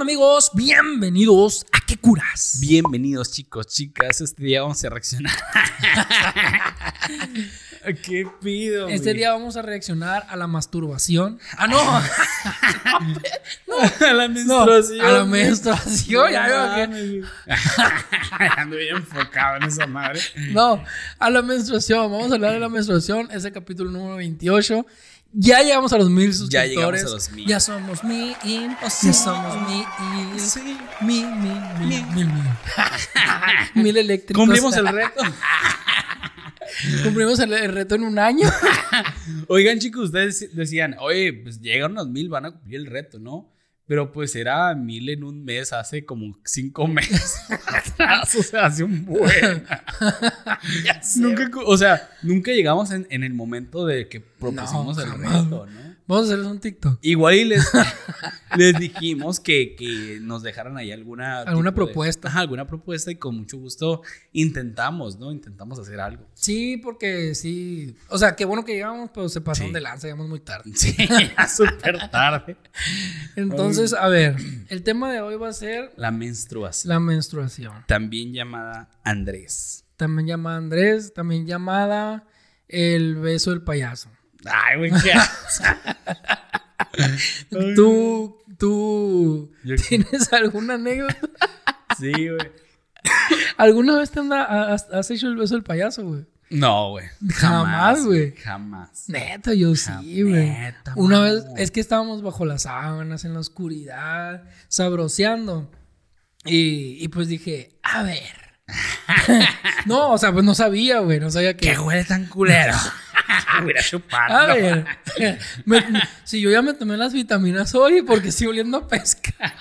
amigos? Bienvenidos a ¿Qué curas? Bienvenidos chicos, chicas. Este día vamos a reaccionar. ¿Qué pido? Este día vamos a reaccionar a la masturbación. ¡Ah, no! a la menstruación. a la menstruación. ya veo que- mames, güey. Ando bien enfocado en esa madre. No, a la menstruación. Vamos a hablar de la menstruación. Es el capítulo número 28. Ya llegamos a los mil suscriptores. llegamos a los mil. Ya somos mil. Ya somos mil. Sí. Mil, mil, mil, mil, mil. Mil eléctricos. Cumplimos el reto. Cumplimos el- el reto en un año. Oigan, chicos, ustedes decían, oye, pues llegaron los mil, van a cumplir el reto, ¿no? Pero pues era mil en un mes, hace como cinco meses atrás, o sea, hace un buen. nunca, cu- o sea, nunca llegamos en, en el momento de que propusimos No, el jamás. reto, ¿no? Vamos a hacerles un TikTok. Igual y les, les dijimos que, que nos dejaran ahí alguna... Alguna tipo de- propuesta. ajá, alguna propuesta y con mucho gusto intentamos, ¿no? Intentamos hacer algo. Sí, porque sí. O sea, qué bueno que llegamos, pero se pasaron Sí. de lanza, llegamos muy tarde. Sí, ya súper tarde. Entonces, a ver, el tema de hoy va a ser La menstruación. la menstruación. también llamada Andrés. También llamada Andrés, también llamada el beso del payaso. Ay, güey, qué Tú, tú, Yo- ¿tienes alguna anécdota? Sí, güey. ¿Alguna vez te anda- ha- has, has hecho el beso del payaso, güey? No, güey. Jamás, güey. Jamás. Neta, yo sí, güey. Neta, Una mano. vez, es que estábamos bajo las sábanas, en la oscuridad, sabroseando. Y, y pues dije, a ver. no, o sea, pues no sabía, güey, no sabía que... Qué huele tan culero. Ah, Mira, chupando. A ver, me- si yo ya me tomé las vitaminas hoy, porque estoy oliendo a pesca.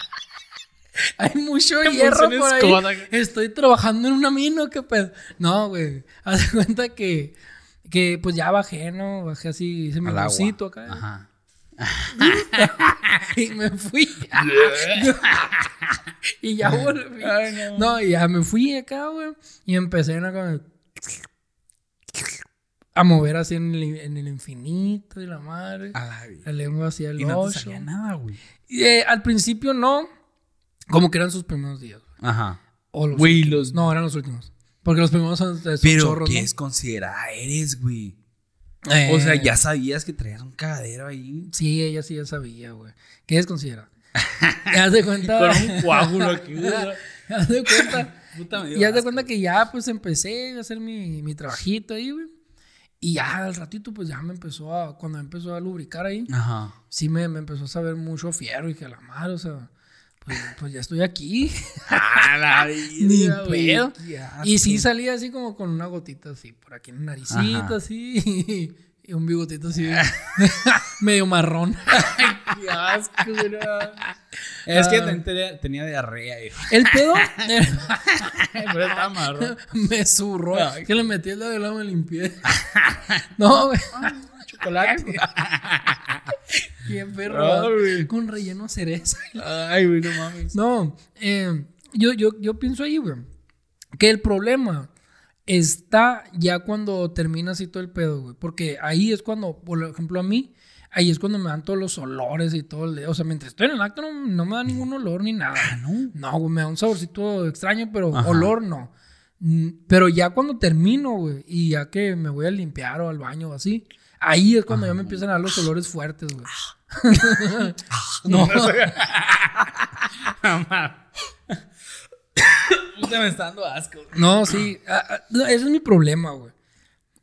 Hay mucho Me hierro puse un por ahí. escoba. Estoy trabajando en una mina, qué pedo. No, güey. Haz de cuenta que, que pues ya bajé, ¿no? Bajé así, hice mi Al agua. bolsito acá. Ajá. Y me fui. Ah, y ya volví. Ay, no. no. y ya me fui acá, güey. Y empecé ¿no? Como- a mover así en el, en el infinito y la madre. A la vida. La lengua hacia el Ah. Y no te ocho. salía nada, güey. Y, eh, al principio no. Como que eran sus primeros días. güey. Ajá. O los Güey, últimos. los- No, eran los últimos. Porque los primeros son, son Pero chorros, ¿qué ¿no? es considerada eres, güey? Eh, O sea, ya sabías que traías un cagadero ahí. Sí, ella sí ya sabía, güey. ¿Qué es considera? ¿Ya de cuenta? coágulo aquí. Haz de cuenta. Puta me dio y haz de asco. cuenta que ya pues empecé a hacer mi, mi trabajito ahí, güey. Y ya al ratito pues ya me empezó a, cuando me empezó a lubricar ahí, Ajá. sí me, me empezó a saber mucho fierro y que la madre, o sea, pues, pues ya estoy aquí. A la Ni vida, güey. pedo. Qué asco. Y sí salía así como con una gotita así, por aquí en la naricita Ajá. así. Y un bigotito así medio marrón. Qué asco, güey, no. Es que también tenía, tenía diarrea, hijo. El pedo Pero está marrón. me zurró. Ay. Que le metí el dedo del lado y me limpié. No, güey. Chocolate. Qué Ay, perro. güey. Con relleno cereza. Ay, güey, no mames. No, eh, yo, yo, yo pienso ahí, güey. Que el problema está ya cuando termina así todo el pedo, güey. Porque ahí es cuando, por ejemplo, a mí, ahí es cuando me dan todos los olores y todo. el- o sea, mientras estoy en el acto no, no me da ningún olor ni nada. Ah, no. No, güey, me da un saborcito extraño, pero Ajá. olor no. Mm, Pero ya cuando termino, güey, y ya que me voy a limpiar o al baño o así, ahí es cuando ya me empiezan a dar los olores fuertes, güey. No. Puta, me está dando asco. No, sí. ah, ah, no, ese es mi problema, güey.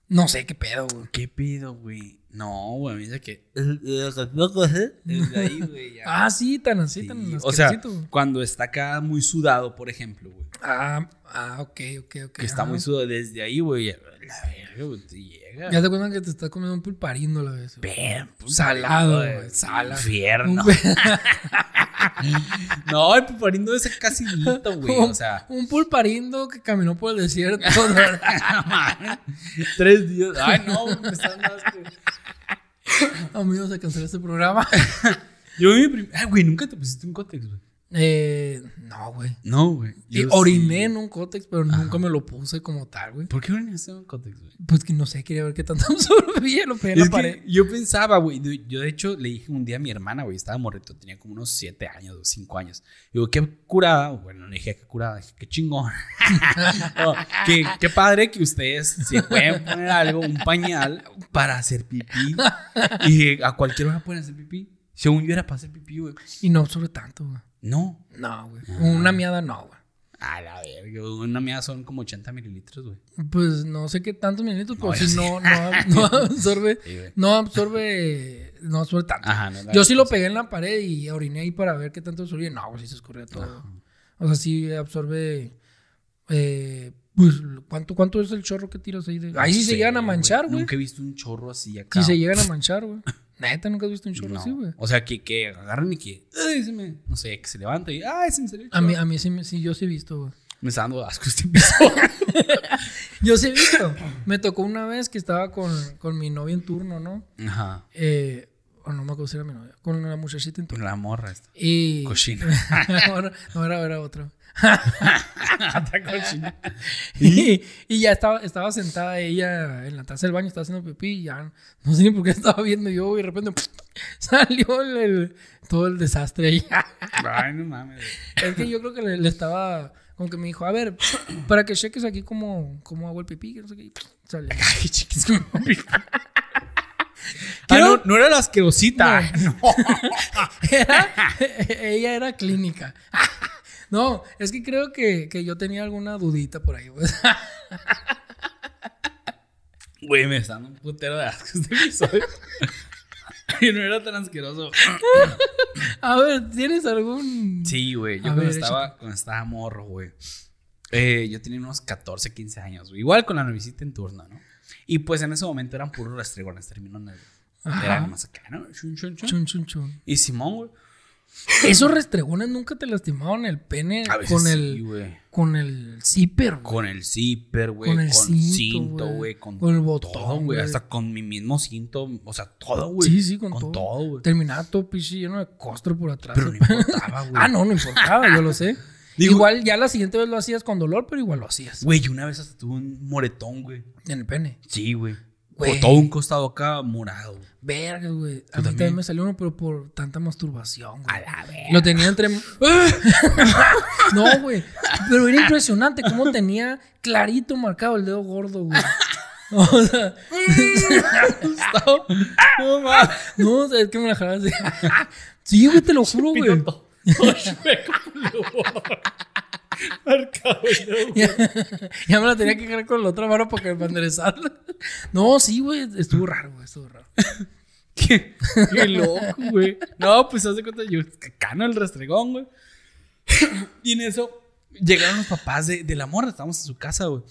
No sé qué pedo, güey. ¿Qué pido, güey? No, güey, mira que. Desde ahí, güey, ya. Ah, sí, tan así, Sí, tan así. o sea, cuando está acá muy sudado, por ejemplo, güey. Ah, ah, ok, ok, ok. Que está ajá. muy sudado desde ahí, güey. ya, La verga, güey, te llega. Ya te cuentan que te estás comiendo un pulparindo a la vez. güey. Ver, puta, Salado, hijo de güey, salado. Infierno. Un pe- No, el pulparindo es casi nito, güey. O sea, un pulparindo que caminó por el desierto. tres días. Ay, no, güey, me está dando asco. Amigos, se canceló este programa. ah, Yo mi prim- Ay, güey, nunca te pusiste un cótex, güey. Eh, no, güey. No, güey. Y Yo oriné sí. en un cótex, pero nunca me lo puse como tal, güey. ¿Por qué orinaste en un cótex, güey? Pues que no sé, quería ver qué tanto absorbía, lo pegué en la Es que pared. yo pensaba, güey. de- Yo, de hecho, le dije un día a mi hermana, güey, estaba morrito, tenía como unos 7 años o 5 años. Digo, qué curada. Bueno, no dije qué curada, dije qué chingón. No, qué, qué padre que ustedes se pueden poner algo, un pañal, para hacer pipí. Y a cualquier hora pueden hacer pipí. Según yo era para hacer pipí, güey. Y no absorbe tanto, güey. No. No, güey. Ah. Una miada no, güey. A la verga, güey, una mía son como 80 mililitros, güey. Pues no sé qué tantos minutos, pero No, yo si sí. no, no, no absorbe. Sí, güey. No absorbe. No absorbe tanto. Ajá, no, la- Yo sí lo pegué en la pared y oriné ahí para ver qué tanto absorbía. No, güey, sí se escurría todo. O sea, sí absorbe. eh, pues, ¿cuánto, ¿cuánto es el chorro que tiras ahí? de- Ahí sí se sé, llegan a manchar, güey. Nunca he visto un chorro así acá. Si se llegan a manchar, güey. Neta, nunca has visto un chorro No. así, güey. O sea, que, que agarran y que, ay, se me, no sé, que se levanta y, ay, se me salió el A mí, chorro". a mí sí, me- sí, yo sí he visto, güey. Me está dando asco este episodio. Yo sí he visto. Me tocó una vez que estaba con, con mi novia en turno, ¿no? Ajá. Eh, o no me acuerdo si era mi novia. Con una muchachita en turno. Con la morra esta. Y... Cochina. Ahora- no, era, era otra. Está cochina. Y, y ya estaba, estaba sentada ella en la taza del baño, estaba haciendo pipí y ya no sé ni por qué estaba viendo yo y de repente salió el, el- todo el desastre ahí. Ay, no mames. güey. Es que yo creo que le, le estaba, como que me dijo, a ver, para que cheques aquí cómo, cómo hago el pipí, que no sé qué, y sale. Ay, chiquis, como pipa. Ah, Quiero- no, no era la asquerosita. No. Era- ella era clínica. No, es que creo que, que yo tenía alguna dudita por ahí. pues. Güey, me está dando un putero de asco este episodio. y no era tan asqueroso. A ver, ¿tienes algún...? Sí, güey. Yo A cuando ver, estaba, cuando estaba morro, güey. eh, yo tenía unos 14, 15 años, güey. Igual con la novicita en turno, ¿no? Y pues en ese momento eran puros rastregones, terminones. güey. Ajá. Eran más acá, ¿no? Chun, chun, chun. Chun, chun, chun. Y Simón, güey. Esos restregones nunca te lastimaron el pene A veces Eh, con sí, el güey. con el zipper, güey. Con el zipper, güey. Con Con el el cinto, cinto, güey. güey. Con, Con el botón, todo, güey. güey. Hasta con mi mismo cinto. O sea, todo, güey. Sí, sí, con todo. todo, güey. Terminaba todo pichi lleno de costra por atrás. Pero no importaba, güey. ah, no, no importaba, yo lo sé. Digo- igual ya la siguiente vez lo hacías con dolor, pero igual lo hacías. Güey, yo una vez hasta tuve un moretón, güey. En el pene. Sí, güey. Güey. Por todo un costado acá morado. güey. Verga, güey. A mí también también. me salió uno, pero por tanta masturbación, güey. la verga. Lo tenía entre. no, güey. Pero era impresionante cómo tenía clarito marcado el dedo gordo, güey. O sea, Estaba- No mames. Oh. no, o sea, es que me la jalaba así. Sí, güey, te lo juro, güey. Pito todo chueco, luego marcado el dedo. Ya, ya me la tenía que cargar con la otra mano porque para enderezarla. No, sí, güey. Estuvo raro, güey. Estuvo raro. Qué, qué loco, güey. No, pues hace cuenta, yo cano el rastregón, güey. Y en eso llegaron los papás de, de la morra, estábamos en su casa, güey.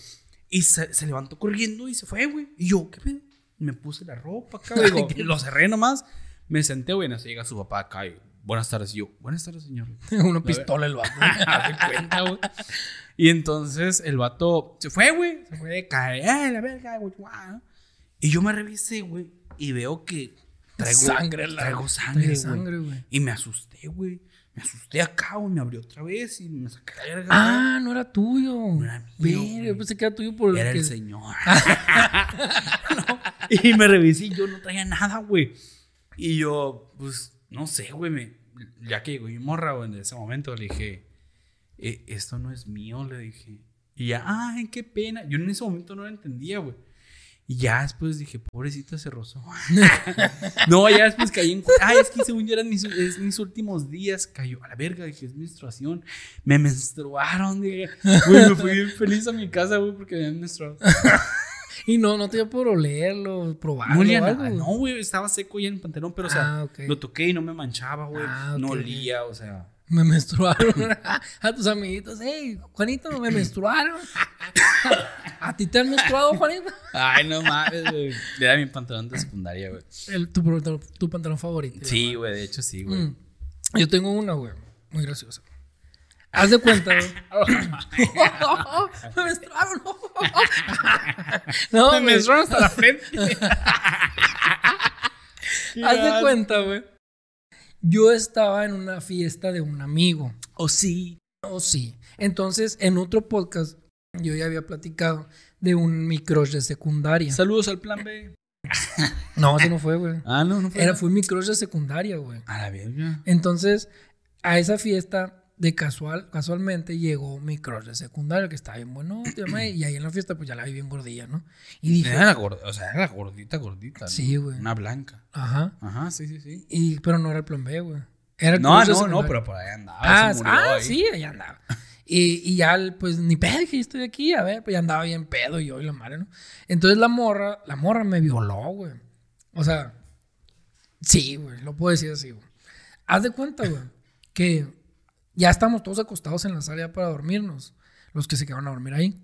Y se, se levantó corriendo y se fue, güey. Y yo, ¿qué pedo? Me puse la ropa acá, güey. Digo, lo cerré nomás. Me senté, güey, en eso llega su papá acá. Y, buenas tardes, y yo. Buenas tardes, señor. Una pistola el vato. Haz de cuenta, güey. Y entonces el vato se fue, güey. Se fue de caer. ¡Ay, la verga, güey! guau". Y yo me revisé, güey. Y veo que traigo Sangre en la- Traigo sangre, trae güey. sangre, güey. Y me asusté, güey. Me asusté acá, güey. Me abrió otra vez y me saqué la verga. Ah, no era tuyo. era mío, Verga, yo güey. pensé que era tuyo por Era que- el señor. No, Y me revisé y yo no traía nada, güey. Y yo, pues, no sé, güey. me- Ya que llegó mi morra, güey, en ese momento le dije, "Eh, esto no es mío, le dije. Y ya, ay, qué pena. Yo en ese momento no lo entendía, güey. Y ya después dije, pobrecita, se rozó. no, ya después caí en... cu- Ay, es que según yo eran mis, es mis últimos días. Cayó a la verga, dije, es menstruación. Me menstruaron, dije. Güey, me fui bien feliz a mi casa, güey, porque me habían menstruado. Y no, no te dio por olerlo, probarlo. No olía o algo, nada. güey. No, güey, estaba seco ya en el pantalón, pero, o Ah, sea, ok. lo toqué y no me manchaba, güey. Ah, No ok. olía, o sea. Me menstruaron. A tus amiguitos, hey, Juanito, me menstruaron. ¿A ti te han menstruado, Juanito? Ay, no mames, güey. Era mi pantalón de secundaria, güey. El- tu, pantalón- tu pantalón favorito. Sí, güey, de hecho sí, güey. Mm. Yo tengo una, güey. Muy graciosa. Haz de cuenta, güey. me menstruaron. no, Me güey. menstruaron hasta la frente. Haz de cuenta, güey. Yo estaba en una fiesta de un amigo. O sí. Oh, sí. Entonces, en otro podcast, yo ya había platicado de un mi crush de secundaria. Saludos al plan B. No, eso no fue, güey. Ah, no, no fue. Era, fue mi crush de secundaria, güey. A la verga. Entonces, a esa fiesta, de casual, casualmente, llegó mi crush de secundaria, que estaba bien bueno, este y ahí en la fiesta, pues ya la vi bien gordilla, ¿no? Y dije, Era la gordita, o sea, era la gordita, gordita. ¿no? Sí, güey. Una blanca. ajá. Ajá, sí, sí, sí. Y, pero no era el plan B, güey. Era el No, crush de no, no, secundaria. pero por ahí andaba. Ah, se murió ah, ahí. sí, ahí andaba. Y, y ya, pues, ni pedo, dije, estoy aquí, a ver, pues ya andaba bien pedo yo y la madre, ¿no? Entonces la morra, la morra me violó, güey. O sea, sí, güey, lo puedo decir así, güey. Haz de cuenta, güey, que ya estamos todos acostados en la sala ya para dormirnos, los que se quedaron a dormir ahí.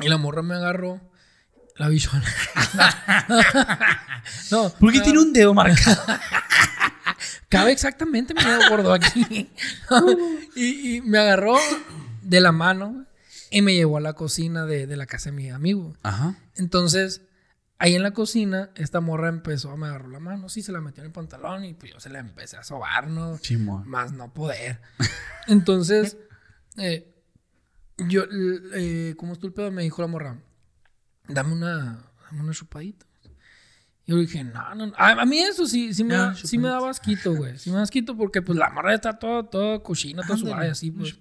Y la morra me agarró la bichona. no, ¿Por qué ah, tiene un dedo marcado? Cabe exactamente mi dedo gordo aquí. y, y me agarró de la mano y me llevó a la cocina de, de la casa de mi amigo. Ajá. Entonces, ahí en la cocina, esta morra empezó a me agarró la mano. Sí, se la metió en el pantalón y pues yo se la empecé a sobar, ¿no? Chimón. Más no poder. Entonces, eh, yo, eh, ¿cómo estuvo el pedo? Me dijo la morra, dame una, dame una chupadita. Yo le dije, no, no, no. A, a mí eso sí, sí me, da, Ah, sí me daba asquito, güey. Sí me da asquito porque pues la morra está toda, toda cochina, toda sudada y así, pues.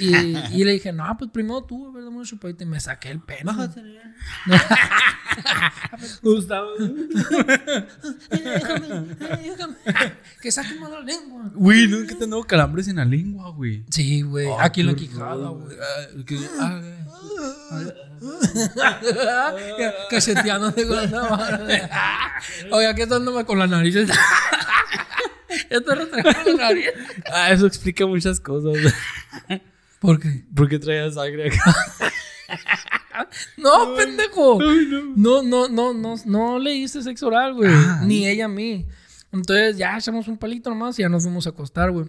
Y, y le dije, no, pues primero tú, a ver, dame una chupadita. Y me saqué el pene. Gustavo. Eh, que saque más la lengua. Güey, no es que tengo calambres en la lengua, güey. Ah, Sí, güey. aquí en la quijada, güey. Cacheteándote con la mano. Oye, aquí estándome con la nariz. Estoy retrasando la nariz. Ah, eso explica muchas cosas. ¿Por qué? ¿Por qué traía sangre acá? No, pendejo. No, no, no, no, no le hice sexo oral, güey. Ah. Ni ella a mí. Entonces ya echamos un palito nomás y ya nos fuimos a acostar, güey.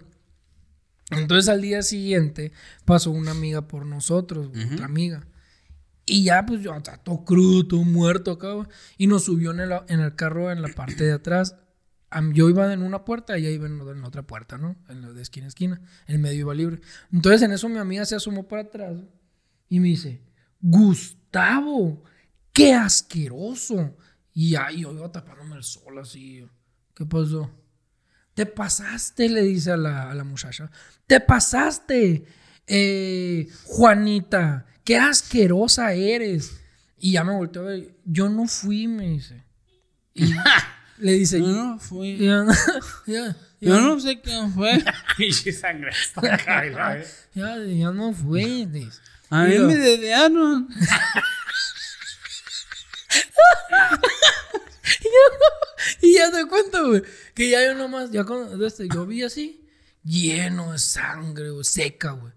Entonces al día siguiente pasó una amiga por nosotros, güey, otra amiga. Y ya, pues yo, hasta todo crudo, todo muerto acá, güey. Y nos subió en el, en el carro en la parte de atrás. A mí- Yo iba en una puerta, ella iba en, en la otra puerta, ¿no? En la de esquina a esquina. En el medio iba libre. Entonces en eso mi amiga se asomó para atrás güey, y me dice, Gustavo, qué asqueroso. Y ahí yo iba tapándome el sol así. ¿Qué pasó? Te pasaste, le dice a la, a la muchacha. Te pasaste, eh, Juanita. Qué asquerosa eres. Y ya me volteó a ver. Yo no fui, me dice. Y le dice. Yo Ah, no fui. "Ya, ya, ya, Yo no sé quién fue. Pinche sangre. ya, ya no fui. dice. A mí me dedearon. Y ya te cuento, güey, que ya yo nomás, ya cuando de este, yo vi así, lleno de sangre, güey, seca, güey.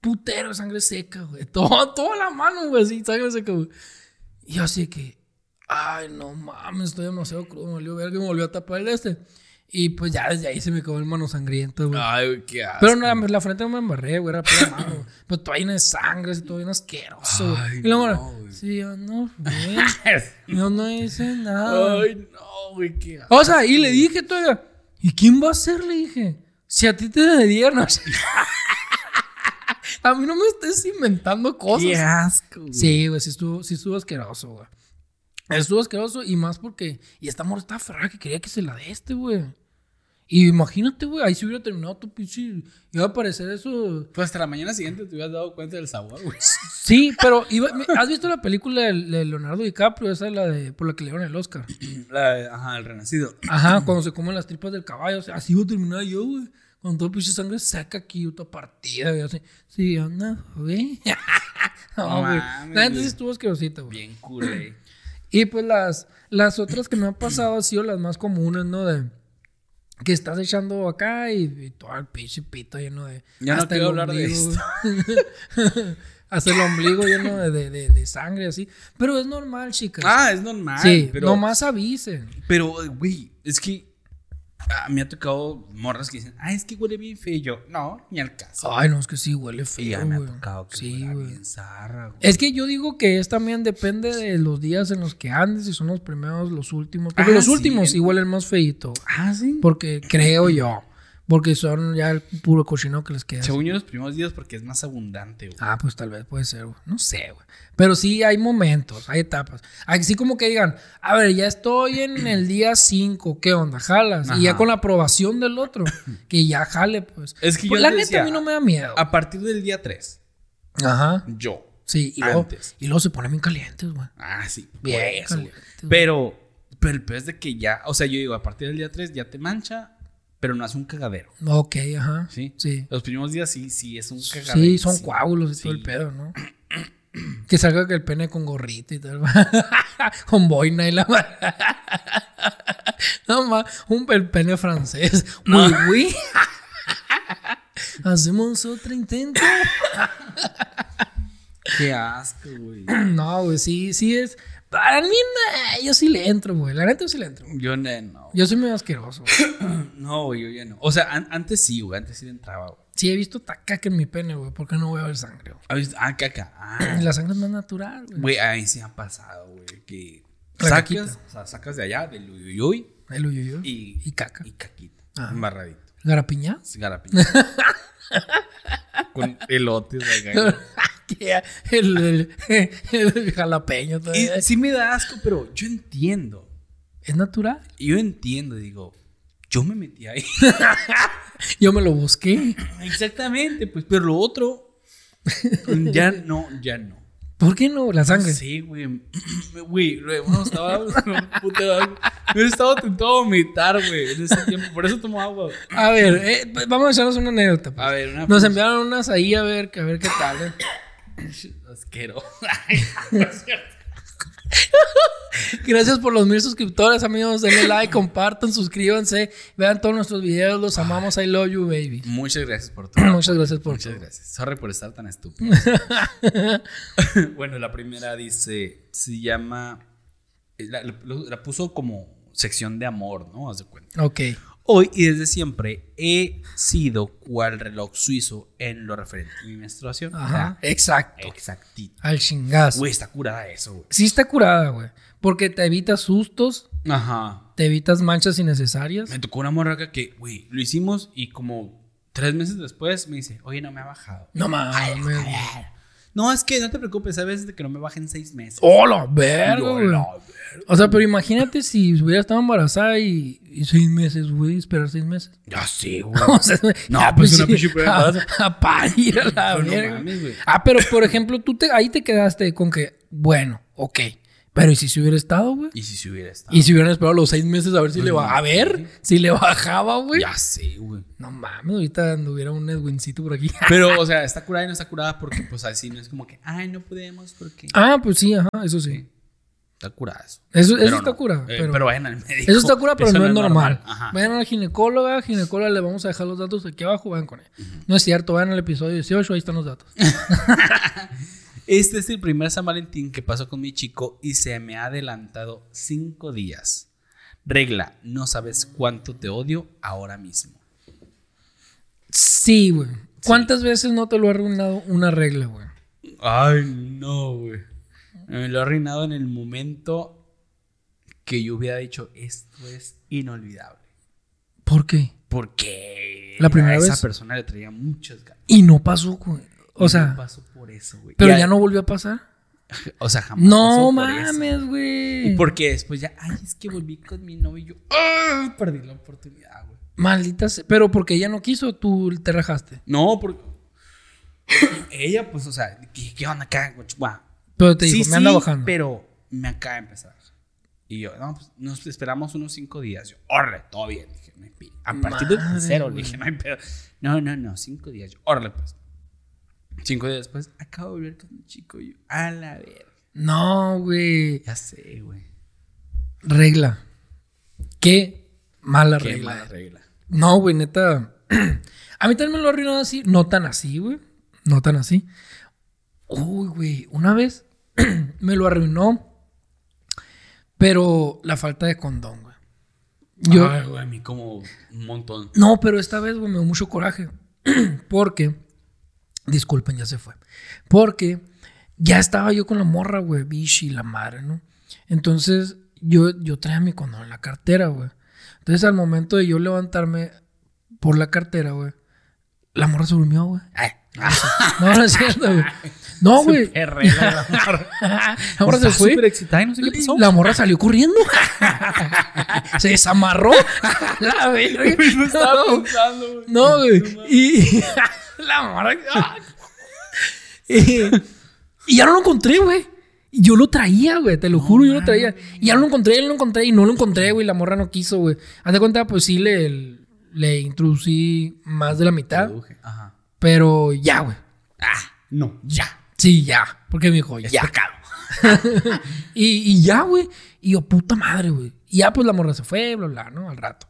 Putero de sangre seca, güey. Todo, toda la mano, güey, así, sangre seca, güey. Y yo así que, ay, no mames, estoy demasiado crudo, me volvió verga y me volvió a tapar el de este. Y pues ya desde ahí se me quedó el mano sangriento, güey. Ay, güey, qué asco. Pero no, la, la frente no me embarré, güey, era pura mano, güey. Pero todo lleno de sangre, así, todo bien asqueroso, güey. Ay, y la mora, no, güey. sí, yo no fui, yo no hice nada. Ay, no, güey, qué asco. O sea, y le dije todavía, ¿y quién va a ser? Le dije, si a ti te dieron. a mí no me estés inventando cosas. asco. güey. Sí, güey, sí estuvo, sí estuvo asqueroso, güey. Estuvo asqueroso y más porque. Y esta morra estaba ferrada que quería que se la dé este, güey. Y imagínate, güey, ahí se hubiera terminado tu pinche. Iba a aparecer eso. Pues hasta la mañana siguiente te hubieras dado cuenta del sabor, güey. Sí, pero. iba- ¿Has visto la película de de Leonardo DiCaprio? Esa es la de. Por la que le dieron el Oscar. La- ajá, el renacido. Ajá, cuando se comen las tripas del caballo. o sea, así voy a terminar yo, güey. Con todo pinche sangre saca aquí otra partida, güey. Así, sí, anda, güey. no, No güey. mames, La gente sí güey. estuvo asquerosita, güey. Bien culé. Y pues las, las otras que me han pasado han sido las más comunes, ¿no? De que estás echando acá y, y todo el pinche pito lleno de. Ya no el quiero hablar de ombligo, güey. hasta el ombligo lleno de, de, de- de sangre, así. Pero es normal, chicas. Ah, es normal. sí, pero, nomás avisen. Pero, güey, es que ah, me ha tocado morras que dicen, ah, es que huele bien feo. Y yo, no, ni al caso. Ay, no, es que sí huele Y feo, ya me ha güey. tocado que Sí, huela güey. bien zarra, güey. Es que yo digo que es también depende de los días en los que andes, si son los primeros, los últimos. Porque Ah, los sí, últimos en- sí huelen más feito. Ah, sí. Porque creo yo. Porque son ya el puro cochino que les queda. Según yo, los primeros días porque es más abundante, güey. Ah, pues tal vez puede ser, güey. No sé, güey. Pero sí hay momentos, hay etapas. Así como que digan, a ver, ya estoy en el día 5, ¿qué onda? ¿Jalas? Y ya Ajá. con la aprobación del otro, que ya jale, pues. Es que Pues, yo la te neta decía, a mí no me da miedo. A partir del día 3, Ajá. yo. Sí, y luego, Antes. y luego se ponen bien calientes, güey. Ah, sí. Bien por eso, güey. caliente, güey. Pero, pero el peor es de que ya, o sea, yo digo, a partir del día 3 ya te mancha, pero no hace un cagadero. Ok, ajá. Sí. Sí. Los primeros días sí, sí, es un cagadero. Sí, son coágulos y todo Sí. el pedo, ¿no? Que salga que el pene con gorrito y tal. con boina y la No más, un el pene francés. Muy oui. Hacemos otro intento. Qué asco, güey. No, güey, sí, sí es. Para mí, nah, yo sí le entro, güey. La neta, yo sí le entro. Yo ne- no. Yo soy medio asqueroso. güey. No, güey, yo ya no. O sea, an- antes sí, güey, antes sí le entraba, güey. Sí, he visto tacaca en mi pene, güey. Porque no voy a ver sangre, güey. Ah, ¿viste? Ah, caca. Ah, Y La sangre es más natural, güey. güey, ahí sí ha pasado, güey, que La sacas, o sea, sacas de allá, del uyuyuy, El uyuyuy. y, Y caca. Ah. y caquita, Ajá. embarradito. ¿Garapiñadas? Garapiña. Con elotes acá. Que el, el, el jalapeño Y todavía. sí me da asco, pero yo entiendo. Es natural. Yo entiendo, digo, yo me metí ahí. Yo me lo busqué. Exactamente, pues, pero lo otro, pues, ya no, ya no. ¿Por qué no? La sangre. Sí, güey. Güey, luego no estaba. un puto asco. Yo estaba tentado a vomitar, güey, en ese tiempo. Por eso tomo agua. güey. A ver, eh, pues, vamos a echarnos una anécdota. pues. A ver, una. Nos enviaron unas ahí a ver, a ver qué tal. eh. Asqueroso. Gracias por los mil suscriptores, amigos. Denle like, compartan, suscríbanse. Vean todos nuestros videos. Los amamos. I love you, baby. Muchas gracias por todo. Muchas gracias por Muchas todo. gracias. Sorry por estar tan estúpido. bueno, la primera dice, se llama, la, la- la puso como sección de amor, ¿no? Haz de cuenta. Ok. Hoy y desde siempre he sido cual reloj suizo en lo referente a mi menstruación. Ajá. O sea, Exacto. Exactito. Al chingazo. Güey, está curada eso, güey. Sí está curada, güey. Porque te evitas sustos, Ajá. te evitas manchas innecesarias. Me tocó una morraca que, güey, lo hicimos y como tres meses después me dice, oye, no me ha bajado. No mames. güey. No, es que no te preocupes, a veces de que no me baja en seis meses. ¡Hola, Y Oh, verga, yo, güey! "La verga". O sea, pero imagínate si hubiera estado embarazada y, y seis meses, güey, esperar seis meses. Ya sí, güey. O sea, No, ya, pues, una pinche prueba de A, a parir a la Pero no verga. mames, güey. ah, pero por ejemplo, tú te, ahí te quedaste con que, bueno, ok. Pero ¿y si se hubiera estado, güey? Y si se hubiera estado. Y si hubieran esperado los seis meses a ver si le va a ver si le bajaba, güey. Ya sé, güey. No mames, ahorita anduviera un Edwincito por aquí. Pero, o sea, está curada y no está curada porque, pues, así no es como que, ay, no podemos porque. Ah, pues sí, ajá, eso sí. Está curada eso. Eso, eso Pero está no. curado. Eh, pero... pero vayan al médico. Eso está cura, pero Eso no es normal. Ajá. Vayan a la ginecóloga, ginecóloga, le vamos a dejar los datos aquí abajo, vayan con él. No es cierto, vayan al episodio 18, ahí están los datos. Este es el primer San Valentín que pasó con mi chico y se me ha adelantado cinco días. Regla, no sabes cuánto te odio ahora mismo. Sí, güey. ¿Cuántas veces no te lo ha arruinado una regla, güey? Ay, no, güey. Me lo ha arruinado en el momento que yo hubiera dicho, esto es inolvidable. ¿Por qué? Porque La primera a esa vez. persona le traía muchas ganas. Y no pasó, güey. O No sea, pasó por eso, güey. pero Y ya a- no volvió a pasar. O sea, jamás. pasó No por eso. mames, Y güey. porque después ya, ay, es que volví con mi novio y yo, ¡ah! perdí la oportunidad, güey. Maldita sea. Pero porque ella no quiso, tú te rajaste. No, porque. Ella, pues, o sea, ¿qué, qué onda acá? Guau. Pero te dijo, me anda bajando. Pero me acaba de empezar. a bajar. Y yo, no, pues nos esperamos unos cinco días. Yo, órale, todo bien. Dije, no hay pedo. A partir del Madre, tercero, le güey. dije, no hay pedo. No, no, no, cinco días. Yo, órale, pues. Cinco días después, acabo de volver con un chico. y Yo, a la verga. No, güey. Ya sé, güey. Regla. Qué mala Qué regla. mala regla. No, güey, neta. A mí también me lo arruinado así. No tan así, güey. No tan así. Uy, güey. Una vez me lo arruinó. Pero la falta de condón, güey. Yo, Ay, güey, a mí como un montón. No, pero esta vez, güey, me dio mucho coraje. Porque, disculpen, ya se fue. Porque ya estaba yo con la morra, güey, bichi, la madre, ¿no? Entonces, yo, yo traía mi condón en la cartera, güey. Entonces, al momento de yo levantarme por la cartera, güey, la morra se durmió, güey. Ay, No, no es cierto, güey. No, güey. perrela, la morra. La morra se Estaba fue. súper excitada y no sé qué pasó. La morra salió corriendo. se desamarró. la verga. Eso estaba pensando, güey. No, güey. mames. Y. la morra. ¡ah! y, y ya no lo encontré, güey. Y Yo lo traía, güey, te lo juro, yo lo traía. Y ya no lo encontré, ya lo encontré y no lo encontré, güey. La morra no quiso, güey. Haz de cuenta, pues sí le, le introducí más de la mitad, Traduje. Ajá. pero ya, güey. No, ya. Sí, ya. Porque me dijo, ya. Pecado. Y, y ya, güey. Y yo, puta madre, güey. Y ya, pues la morra se fue, bla, bla, ¿no? Al rato.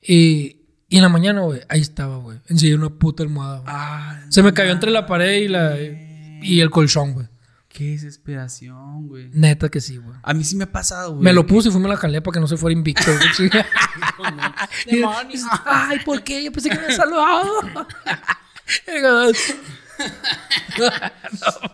Y, y en la mañana, güey, ahí estaba, güey. Enseguida una puta almohada, güey. Ay, Se me cayó entre la pared y, la, y el colchón, güey. qué desesperación, güey. Neta que sí, güey. A mí sí me ha pasado, güey. Me lo puse y fui me la jalé para que no se fuera invicto. güey. Sí. Demonios. Ay, ¿por qué? Yo pensé que me había salvado.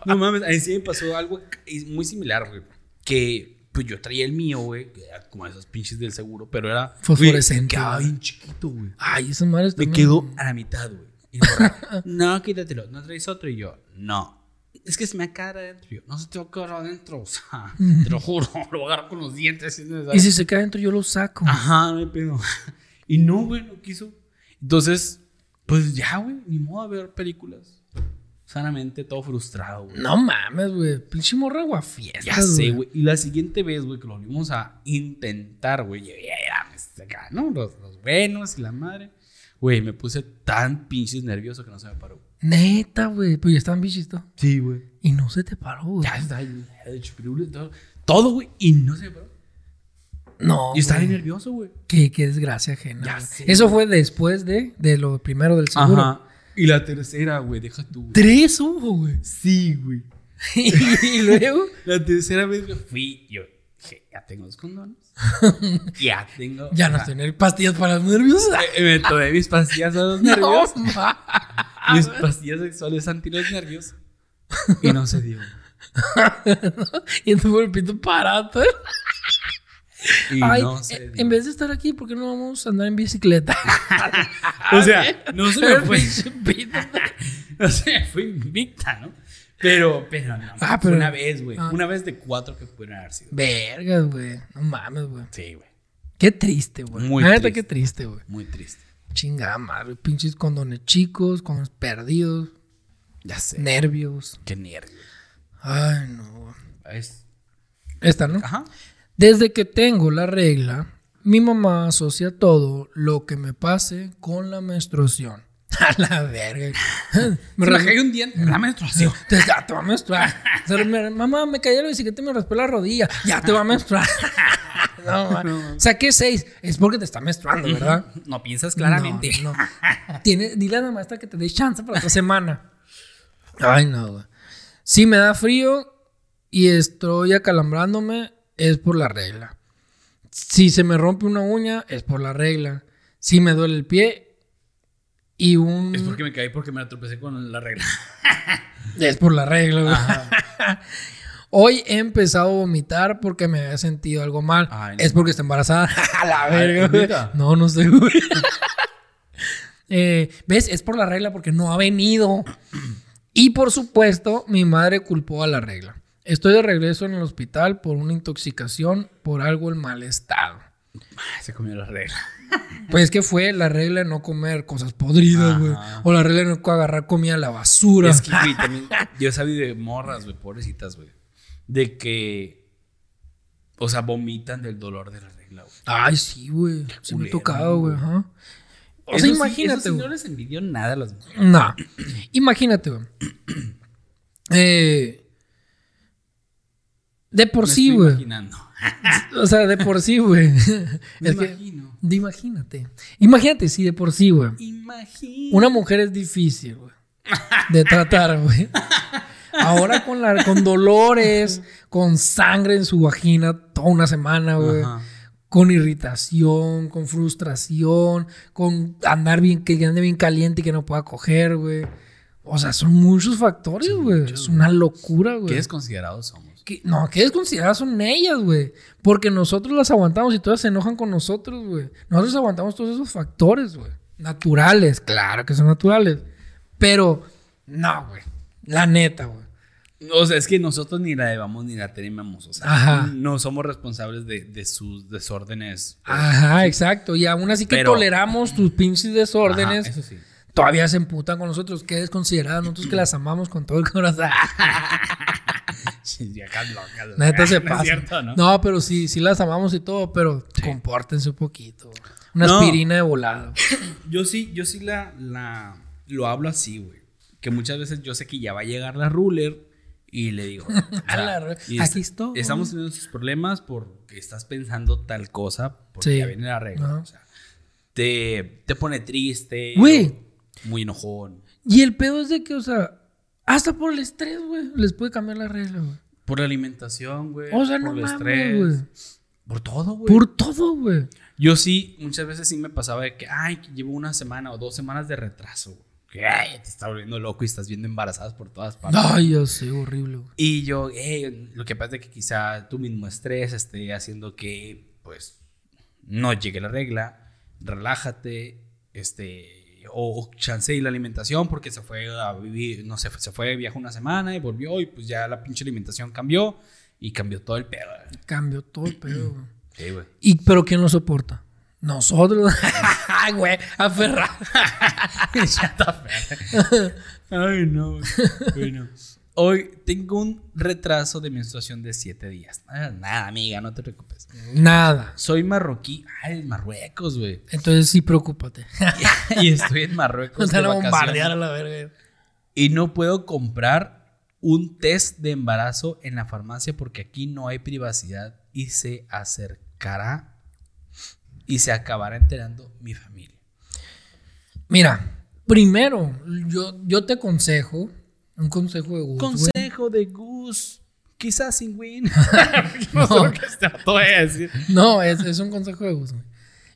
No mames, a mí sí me pasó algo c- muy similar, güey. Que pues yo traía el mío, güey, que era como esos pinches del seguro, pero era güey, Fosforescente, Quedaba güey. bien chiquito, güey. Ay, esas madres Me también. quedó a la mitad, güey. Y la morra, no, quítatelo, no traes otro. Y yo, no. Es que se me va a quedar adentro. Y yo, no se te va a quedar adentro, o sea, te lo juro, lo voy a agarrar con los dientes. si es necesario". Y si se cae adentro, yo lo saco. Ajá, no hay pedo. Y no, güey, no quiso. Entonces, pues ya, güey, ni modo a ver películas. Sanamente, todo frustrado, güey. No mames, güey. Pinche morra guafiestas, Ya sé, güey. Y la siguiente vez, güey, que lo volvimos a intentar, güey. Ya, ya, ya, este, acá, ¿no? Los, los buenos y la madre. Güey, me puse tan pinches nervioso que no se me paró. Neta, güey. Pues ya estaban bichitos. Sí, güey. Y no se te paró, güey. Ya está, ya, de chupirul, todo- todo, güey. Y no se me paró. No. Y estaba güey. bien nervioso, güey. Qué, qué desgracia ajena. Ya güey. sé, Eso fue después de, de lo primero del seguro. Y la tercera, güey, deja tú. güey. Tres hubo, güey. Sí, güey. y luego. La tercera vez que fui, yo dije, ya tengo los condones. ya tengo. Ya no estoy en pastillas para los nervios. Eh, Me tomé mis pastillas a los No, nervios. ma. Mis pastillas sexuales anti los nervios. Ah, Y no se dio. y estuve el pito parado. Y Ay, no eh, se dio. en vez de estar aquí, ¿por qué no vamos a andar en bicicleta? o Ah, sea, no se me El fue. pinche pito. No se me fue invicta, ¿no? Pero, pero no. Ah, fue pero- una vez, güey. ah. Una vez de cuatro que pudieron haber sido. Vergas, güey. No mames, güey. Sí, güey. Qué triste, güey. Muy La neta, triste. qué triste, güey. Muy triste. Chingada madre. Pinches condones chicos, condones perdidos, Ya sé. este, nervios. Qué nervio. Ay, no, güey. Es- Esta, ¿no? Ajá. Desde que tengo la regla, mi mamá asocia todo lo que me pase con la menstruación. A la verga. Me me rajé un diente. La menstruación. Te, ya te va a menstruar. O sea, me- mamá, me caí de la bicicleta y me raspé la rodilla. Ya te va a menstruar. no, ma. Saqué seis. Es porque te está menstruando, ¿verdad? No piensas claramente. No, no. Tiene- dile a la maestra que te dé chance para otra semana. Ay, no, güey. Si me da frío y estoy acalambrándome, es por la regla. Si se me rompe una uña, es por la regla. Si me duele el pie y un... Es porque me caí porque me atropecé con la regla. Es por la regla, güey. Hoy he empezado a vomitar porque me había sentido algo mal. Ay, no es porque está embarazada. A la Ay, verga, güey. ¿neta? No, no sé, güey. Eh, ¿Ves? Es por la regla porque no ha venido. Y por supuesto, mi madre culpó a la regla. Estoy de regreso en el hospital por una intoxicación por algo en mal estado. Ah, Se comió la regla. Pues que fue la regla de no comer cosas podridas, güey. Ajá. O la regla de no agarrar comida a la basura. Es que, güey, también yo sabía de morras, güey, pobrecitas, güey. De que, o sea, vomitan del dolor de la regla, güey. Ay, sí, güey. Se me ha culero, tocado, güey. ajá. O Eso sea, sí- imagínate, eso sí güey. no les envidió nada a las mujeres. No. Imagínate, güey. Eh, de por Me sí, estoy güey. imaginando. O sea, de por sí, güey. Me Es que, imagino. de imagínate. Imagínate, sí, de por sí, güey. Imagino. Una mujer es difícil, güey. De tratar, güey. Ahora con, la, con dolores, con sangre en su vagina toda una semana, güey. Ajá. con irritación, con frustración, con andar bien, que ande bien caliente y que no pueda coger, güey. O sea, son muchos factores, Son güey. muchos, Es una locura, güey. ¿Qué desconsiderados somos? Que- no, que desconsideradas son ellas, güey. Porque nosotros las aguantamos y todas se enojan con nosotros, güey. Nosotros aguantamos todos esos factores, güey. Naturales, claro que son naturales. Pero, no, güey. La neta, güey. O sea, es que nosotros ni la debamos ni la tenemos. O sea, Ajá. no somos responsables de, de sus desórdenes. Ah, Ajá, exacto. Y aún así que Pero- toleramos tus pinches desórdenes, Ajá, eso sí. todavía se emputan con nosotros. Qué desconsideradas, nosotros que las amamos con todo el corazón. Sí, acá locas, La neta se Ah, no es pasa. cierto, ¿no? ¿no? pero sí, sí las amamos y todo, pero compórtense un poquito. güey. Una No. aspirina de volado. Yo sí, yo sí la, la lo hablo así, güey. Que muchas veces yo sé que ya va a llegar la ruler y le digo, A la "Mira, ru- y este, aquí estoy". Estamos teniendo sus problemas porque estás pensando tal cosa porque Sí. ya viene la regla. Ajá. O sea, te, te pone triste, Güey. muy enojón. Y el pedo es de que, o sea, hasta por el estrés, güey, les puede cambiar la regla, güey. Por la alimentación, güey. O sea, por no el mames, estrés. güey. Por todo, güey. Por todo, güey. Yo sí, muchas veces sí me pasaba de que, ay, que llevo una semana o dos semanas de retraso, güey. Que, ay, te está volviendo loco y estás viendo embarazadas por todas partes. Ay, yo sé, horrible, güey. Y yo, "Ey, lo que pasa es que quizá tu mismo estrés esté haciendo que, pues, no llegue la regla, relájate, este, o, o chance y la alimentación porque se fue a vivir, no sé, se fue de viaje una semana y volvió y pues ya la pinche alimentación cambió y cambió todo el pedo. Cambió todo el pedo, güey. Sí, güey. ¿Y pero quién lo soporta? Nosotros. Ay, güey, aferra. Ay, no. Bueno. Hoy tengo un retraso de menstruación de 7 días. Ah, Nada, amiga, no te preocupes. Nada. Soy marroquí. Ay, Marruecos, güey. Entonces sí, preocúpate. y estoy en No Marruecos te Pues de van a bombardear vacaciones a la verga. y no puedo comprar un test de embarazo en la farmacia porque aquí no hay privacidad y se acercará y se acabará enterando mi familia. Mira, primero, yo, yo te aconsejo, un consejo de Gus, güey. Consejo de Gus, quizás sin win. No. sé lo que se trató de decir. No, es, es un consejo de Gus, güey.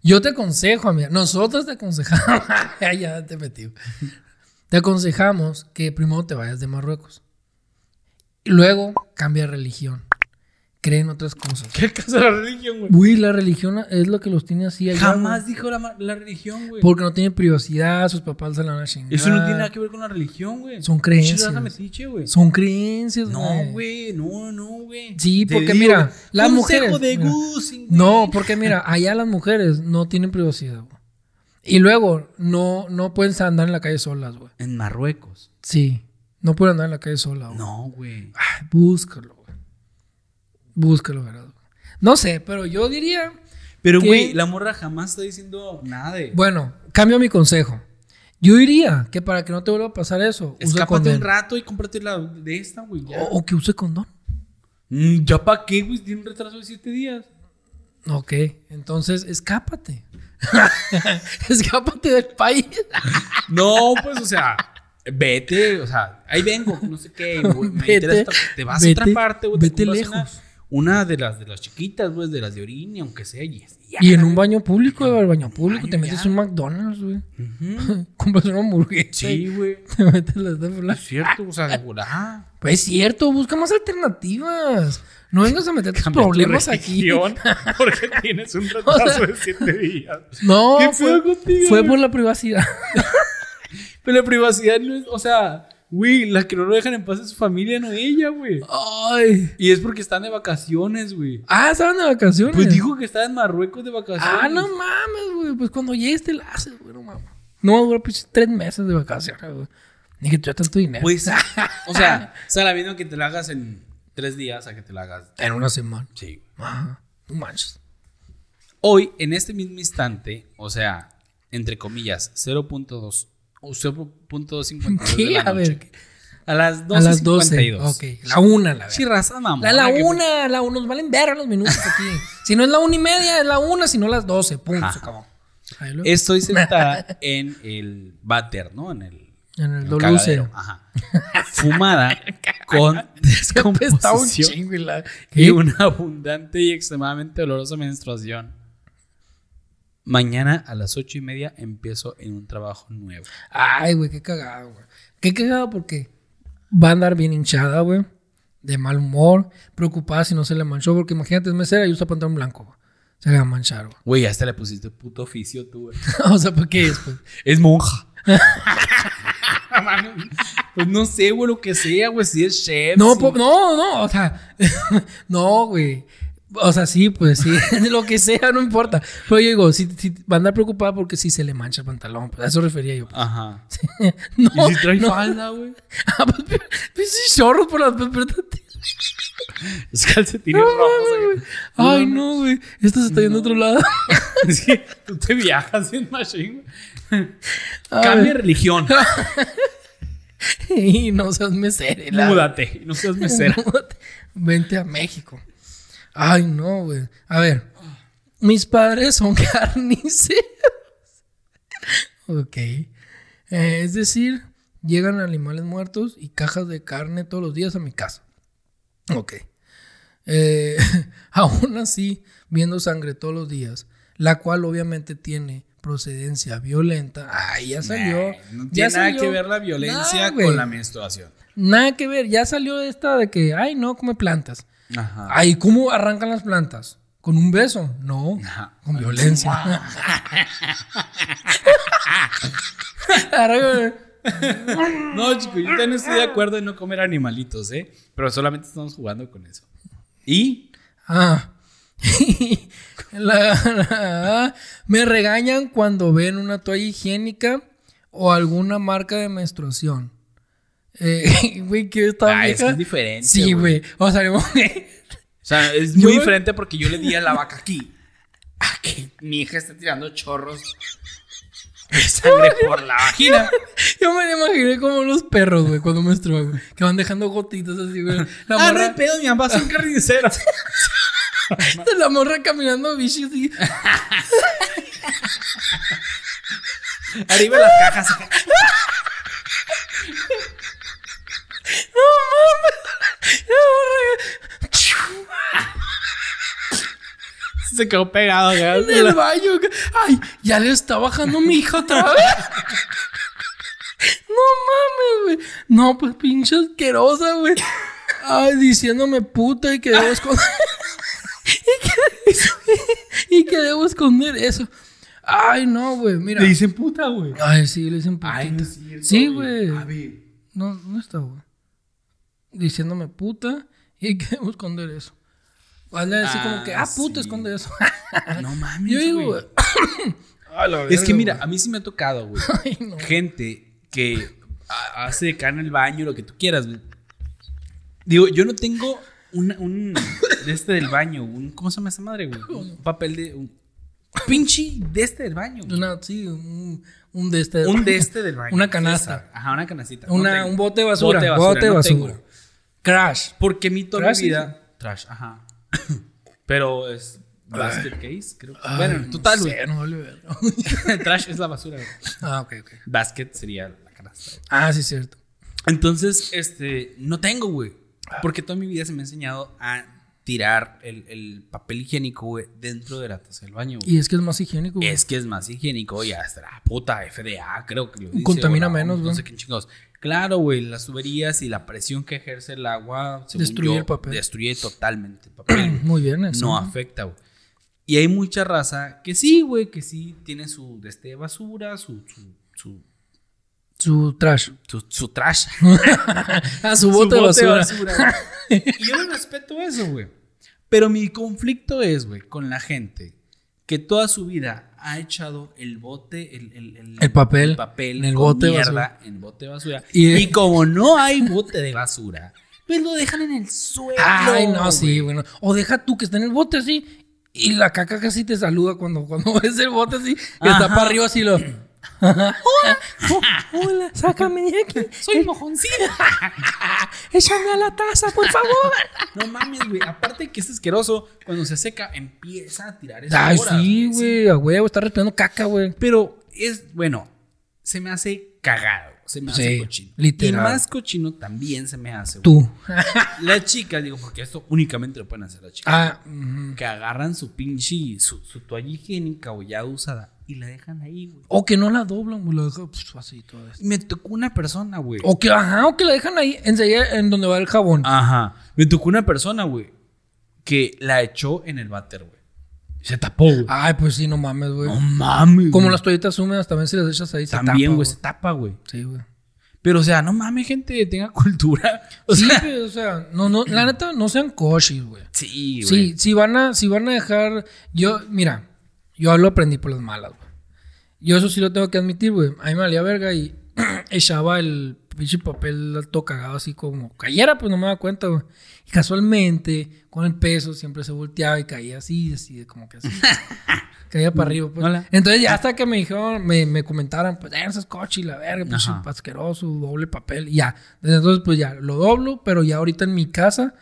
Yo te aconsejo, amiga. Nosotros te aconsejamos. ya, ya te metí. güey. Te aconsejamos que primero te vayas de Marruecos. Y luego cambia de religión. Cree en otras cosas. ¿Qué caso de la religión, güey? Uy, la religión es lo que los tiene así allá, Jamás dijo la, ma- la religión, güey. güey. Porque no tienen privacidad, sus papás se la van a chingar. Eso no tiene nada que ver con la religión, güey. Son creencias. Pinche raza metiche, güey. Son creencias, No, güey, no, no, güey. Sí, Te porque digo, mira, güey, las consejo mujeres, de mira. Gus, sin- No, porque mira, allá las mujeres no tienen privacidad, güey. Y luego no, no pueden andar en la calle solas, güey. En Marruecos. Sí, no pueden andar en la calle sola, güey. No, güey. Ay, búscalo, güey. Búscalo, ¿verdad? güey? No sé, pero yo diría, Pero, ¿Qué? güey, la morra jamás está diciendo nada de. bueno, cambio mi consejo. Yo diría que para que no te vuelva a pasar eso, usa Escápate condón. un rato y cómprate la de esta, güey. Ya, O, o que use condón. Mm, ¿Ya pa' qué, güey? Tiene un retraso de siete días. Ok, entonces escápate. escápate del país. No, pues, o sea, vete, o sea, ahí vengo, no sé qué, güey, me Vete, interesa otra- te vas vete, a otra parte, güey, te vete compras una- lejos. Una, de las de las chiquitas, güey, de las de Orini, aunque sea, y, ya. Y en un baño público, güey, al baño público, te ya. metes un McDonald's, güey. Ujú. Compras una hamburguesa. Sí, güey, Te metes las de flash. es cierto, o sea, de volada. Pues es cierto, busca más alternativas. No vengas a meter tus Cambia tu problemas aquí. religión, Porque tienes un O sea, de siete días. No, ¿Qué fue, pedo contigo, fue güey? por la privacidad. Pero la privacidad no es, o sea, güey, la que no lo dejan en paz es su familia, no ella, güey. Ay. Y es porque están de vacaciones, güey. Ah, estaban de vacaciones. Pues dijo que estaba en Marruecos de vacaciones. Ah, no mames, güey. Pues cuando llegues te la haces, güey, no mames. No va a durar pues, tres meses de vacaciones, güey. Ni que te tanto dinero. Pues, o sea, sale viendo que te la hagas en tres días a que te la hagas. En una semana. Sí. Ajá. No manches. Hoy, en este mismo instante, o sea, entre comillas, 0.2 o 0.252 de Sí, la a noche. ver. A las 12.52. A las 12. Ok. La una, la Sí, verdad. raza, mamá. La, la una, la una, nos valen ver los minutos aquí. si no es la una y media, es la una, si no las doce. Punto, se acabó. Ahí lo- Estoy sentada en el váter, ¿no? En el En el Un cagadero, doluce. Ajá. Fumada con Está un descomposición chingo y la. y una abundante y extremadamente dolorosa menstruación. Mañana a las ocho y media empiezo en un trabajo nuevo. Ay, güey, qué cagado, güey. Qué cagado porque va a andar bien hinchada, güey. De mal humor, preocupada si no se le manchó. Porque imagínate, es mesera y usa pantalón blanco, güey. Se le va a manchar, güey. Güey, hasta le pusiste puto oficio tú, güey. o sea, ¿para qué es, pues? Es monja. pues no sé, güey, lo que sea, güey, si es chef. No, si- po- no, no, o sea, no, güey. O sea, sí, pues sí, lo que sea, no importa. Pero yo digo, si, si va a andar preocupada porque si se le mancha el pantalón, pues a eso refería yo. Ajá. No, ¿Y si trae no. falda, güey? Ah, pues, pero- pues sí, chorro por las pues, pero- Es calcetines No, rojos. mames, güey. güey. Ay, no, güey. Esto se está yendo a otro lado. Es que tú te viajas en machine, güey. A Cambia religión. Y no seas mesera. y la- Múdate. No seas mesera. Vente a México. Ay, no, güey. A ver. Mis padres son carniceros. ok. Eh, es decir, llegan animales muertos y cajas de carne todos los días a mi casa. Ok. Eh, aún así, viendo sangre todos los días, la cual obviamente tiene procedencia violenta. Ay, ya salió. Nah, no ya tiene nada salió. que ver la violencia Nah, güey. con la menstruación. Nada que ver, ya salió esta de que, ay, no, come plantas. Ajá. Ay, ¿cómo arrancan las plantas? ¿Con un beso? No, Ajá. con violencia. Ahora, No, chico, yo también estoy de acuerdo en no comer animalitos, ¿eh? Pero solamente estamos jugando con eso. Y ah. La- la- me regañan cuando ven una toalla higiénica o alguna marca de menstruación. Eh, Güey, ¿qué está Ah, es que vieja? es diferente, Sí, güey. O sea, O sea, es muy Yo- Ah, diferente porque yo le di a la vaca aquí. A que mi hija está tirando chorros de sangre por la vagina. Yo me lo imaginé como los perros, güey, cuando menstruan, güey. Que van dejando gotitas así, güey. La Ah, no hay morra, pedo, mi mamá es un carnicero. pues, la morra caminando bichi así. Arriba las cajas. Se quedó pegado, En el baño. güey. Ay, ya le está bajando mi hija otra vez. No mames, güey. No, pues pinche asquerosa, güey. Ay, diciéndome puta y que debo esconder. y, que, y que debo esconder eso. Ay, no, güey, mira. Le dicen puta, güey. Ay, sí, le dicen puta. Sí, güey. A ver. No, no está, güey. Diciéndome puta y que debo esconder eso. Hazle así como que, Ah, ah, puta, sí. esconde eso. No mames. Yo digo, güey. güey. A la Es que verga, mira, a mí sí me ha tocado, güey. güey. Ay, no. gente que ha- hace acá en el baño, lo que tú quieras. güey. Digo, yo no tengo un, un de este del baño, un, ¿cómo se llama esa madre, güey? Un papel de un pinche de este del baño. güey. Una, sí, un, un de este. un de este del baño. Una canasta. Esa. Ajá, una canastita. No Una, tengo. un bote de basura. Bote de basura. Bote de no basura. tengo. Crash. Porque mi toda Trash, mi vida. Trash, ajá. Pero es basket case, creo. que- bueno, no total, sé, güey. no vale verga. trash es la basura, güey. ah, ok, ok. Basket sería la canasta. Ah, sí, es cierto. Entonces, este, no tengo, güey. Porque toda mi vida se me ha enseñado a tirar el, el papel higiénico, güey, dentro de la taza del baño, güey. Y es que es más higiénico, güey. Es que es más higiénico y hasta la puta FDA, creo que lo dice. Contamina o la- menos, No güey. sé qué chingados. Claro, güey, las tuberías y la presión que ejerce el agua. según Destruye yo, el papel. Destruye totalmente el papel. güey. Muy bien, eso. no afecta, güey. Y hay mucha raza que sí, güey, que sí tiene su de este, basura, su, su, su, Su trash. su, su trash. Ah, su bote, de basura. güey. y yo le respeto eso, güey. Pero mi conflicto es, güey, con la gente que toda su vida ha echado el bote, el, el, El papel papel en el con bote de mierda basura. en bote de basura. Y- Y, como no hay bote de basura, pues lo dejan en el suelo. Ay, no, sí, güey. bueno. O deja tú que está en el bote así y la caca casi te saluda cuando, cuando ves el bote así, que está Ajá. para arriba así lo. hola, hola, sácame de aquí. Eh, Soy mojoncina. Échame a la taza, por favor. No mames, güey. Aparte que es asqueroso, cuando se seca empieza a tirar esa Ay, bola, sí, güey, a huevo, está respirando caca, güey. Pero es, bueno, se me hace cagado. se me Sí, hace cochino. literal. Y más cochino también se me hace. güey. Tú. Las chicas, digo, porque esto únicamente lo pueden hacer las chicas. Ah, ujú. Que agarran su pinche, su, su toalla higiénica o ya usada y la dejan ahí, güey. O que no la doblan, güey, la dejan pues, así todo esto. Me tocó una persona, güey. O que, ajá, o que la dejan ahí enseguida en donde va el jabón. Ajá. Me tocó una persona, güey, que la echó en el váter, güey. Se tapó, güey. Ay, pues sí, no mames, güey. no mames. Como güey. las toallitas húmedas también si las echas ahí. se También, tapa, güey, se tapa, güey. Sí, güey. Pero, o sea, no mames, gente, tenga cultura. O sí, sea, güey, o sea, no, no, la neta, no sean coshis, güey. sí, güey. Sí, si van a, si van a dejar, yo, mira, yo lo aprendí por las malas, güey. Yo eso sí lo tengo que admitir, güey. A mí me valía verga y echaba el pinche papel todo cagado así como cayera, pues no me daba cuenta, güey. Y casualmente, con el peso, siempre se volteaba y caía así, así, como que así. caía para arriba, pues. Hola. Entonces ya hasta que me dijeron, me, me comentaron, pues, eh, no seas coche y la verga, pinche Ajá. asqueroso, doble papel, y ya. Desde entonces, pues ya, lo doblo, pero ya ahorita en mi casa,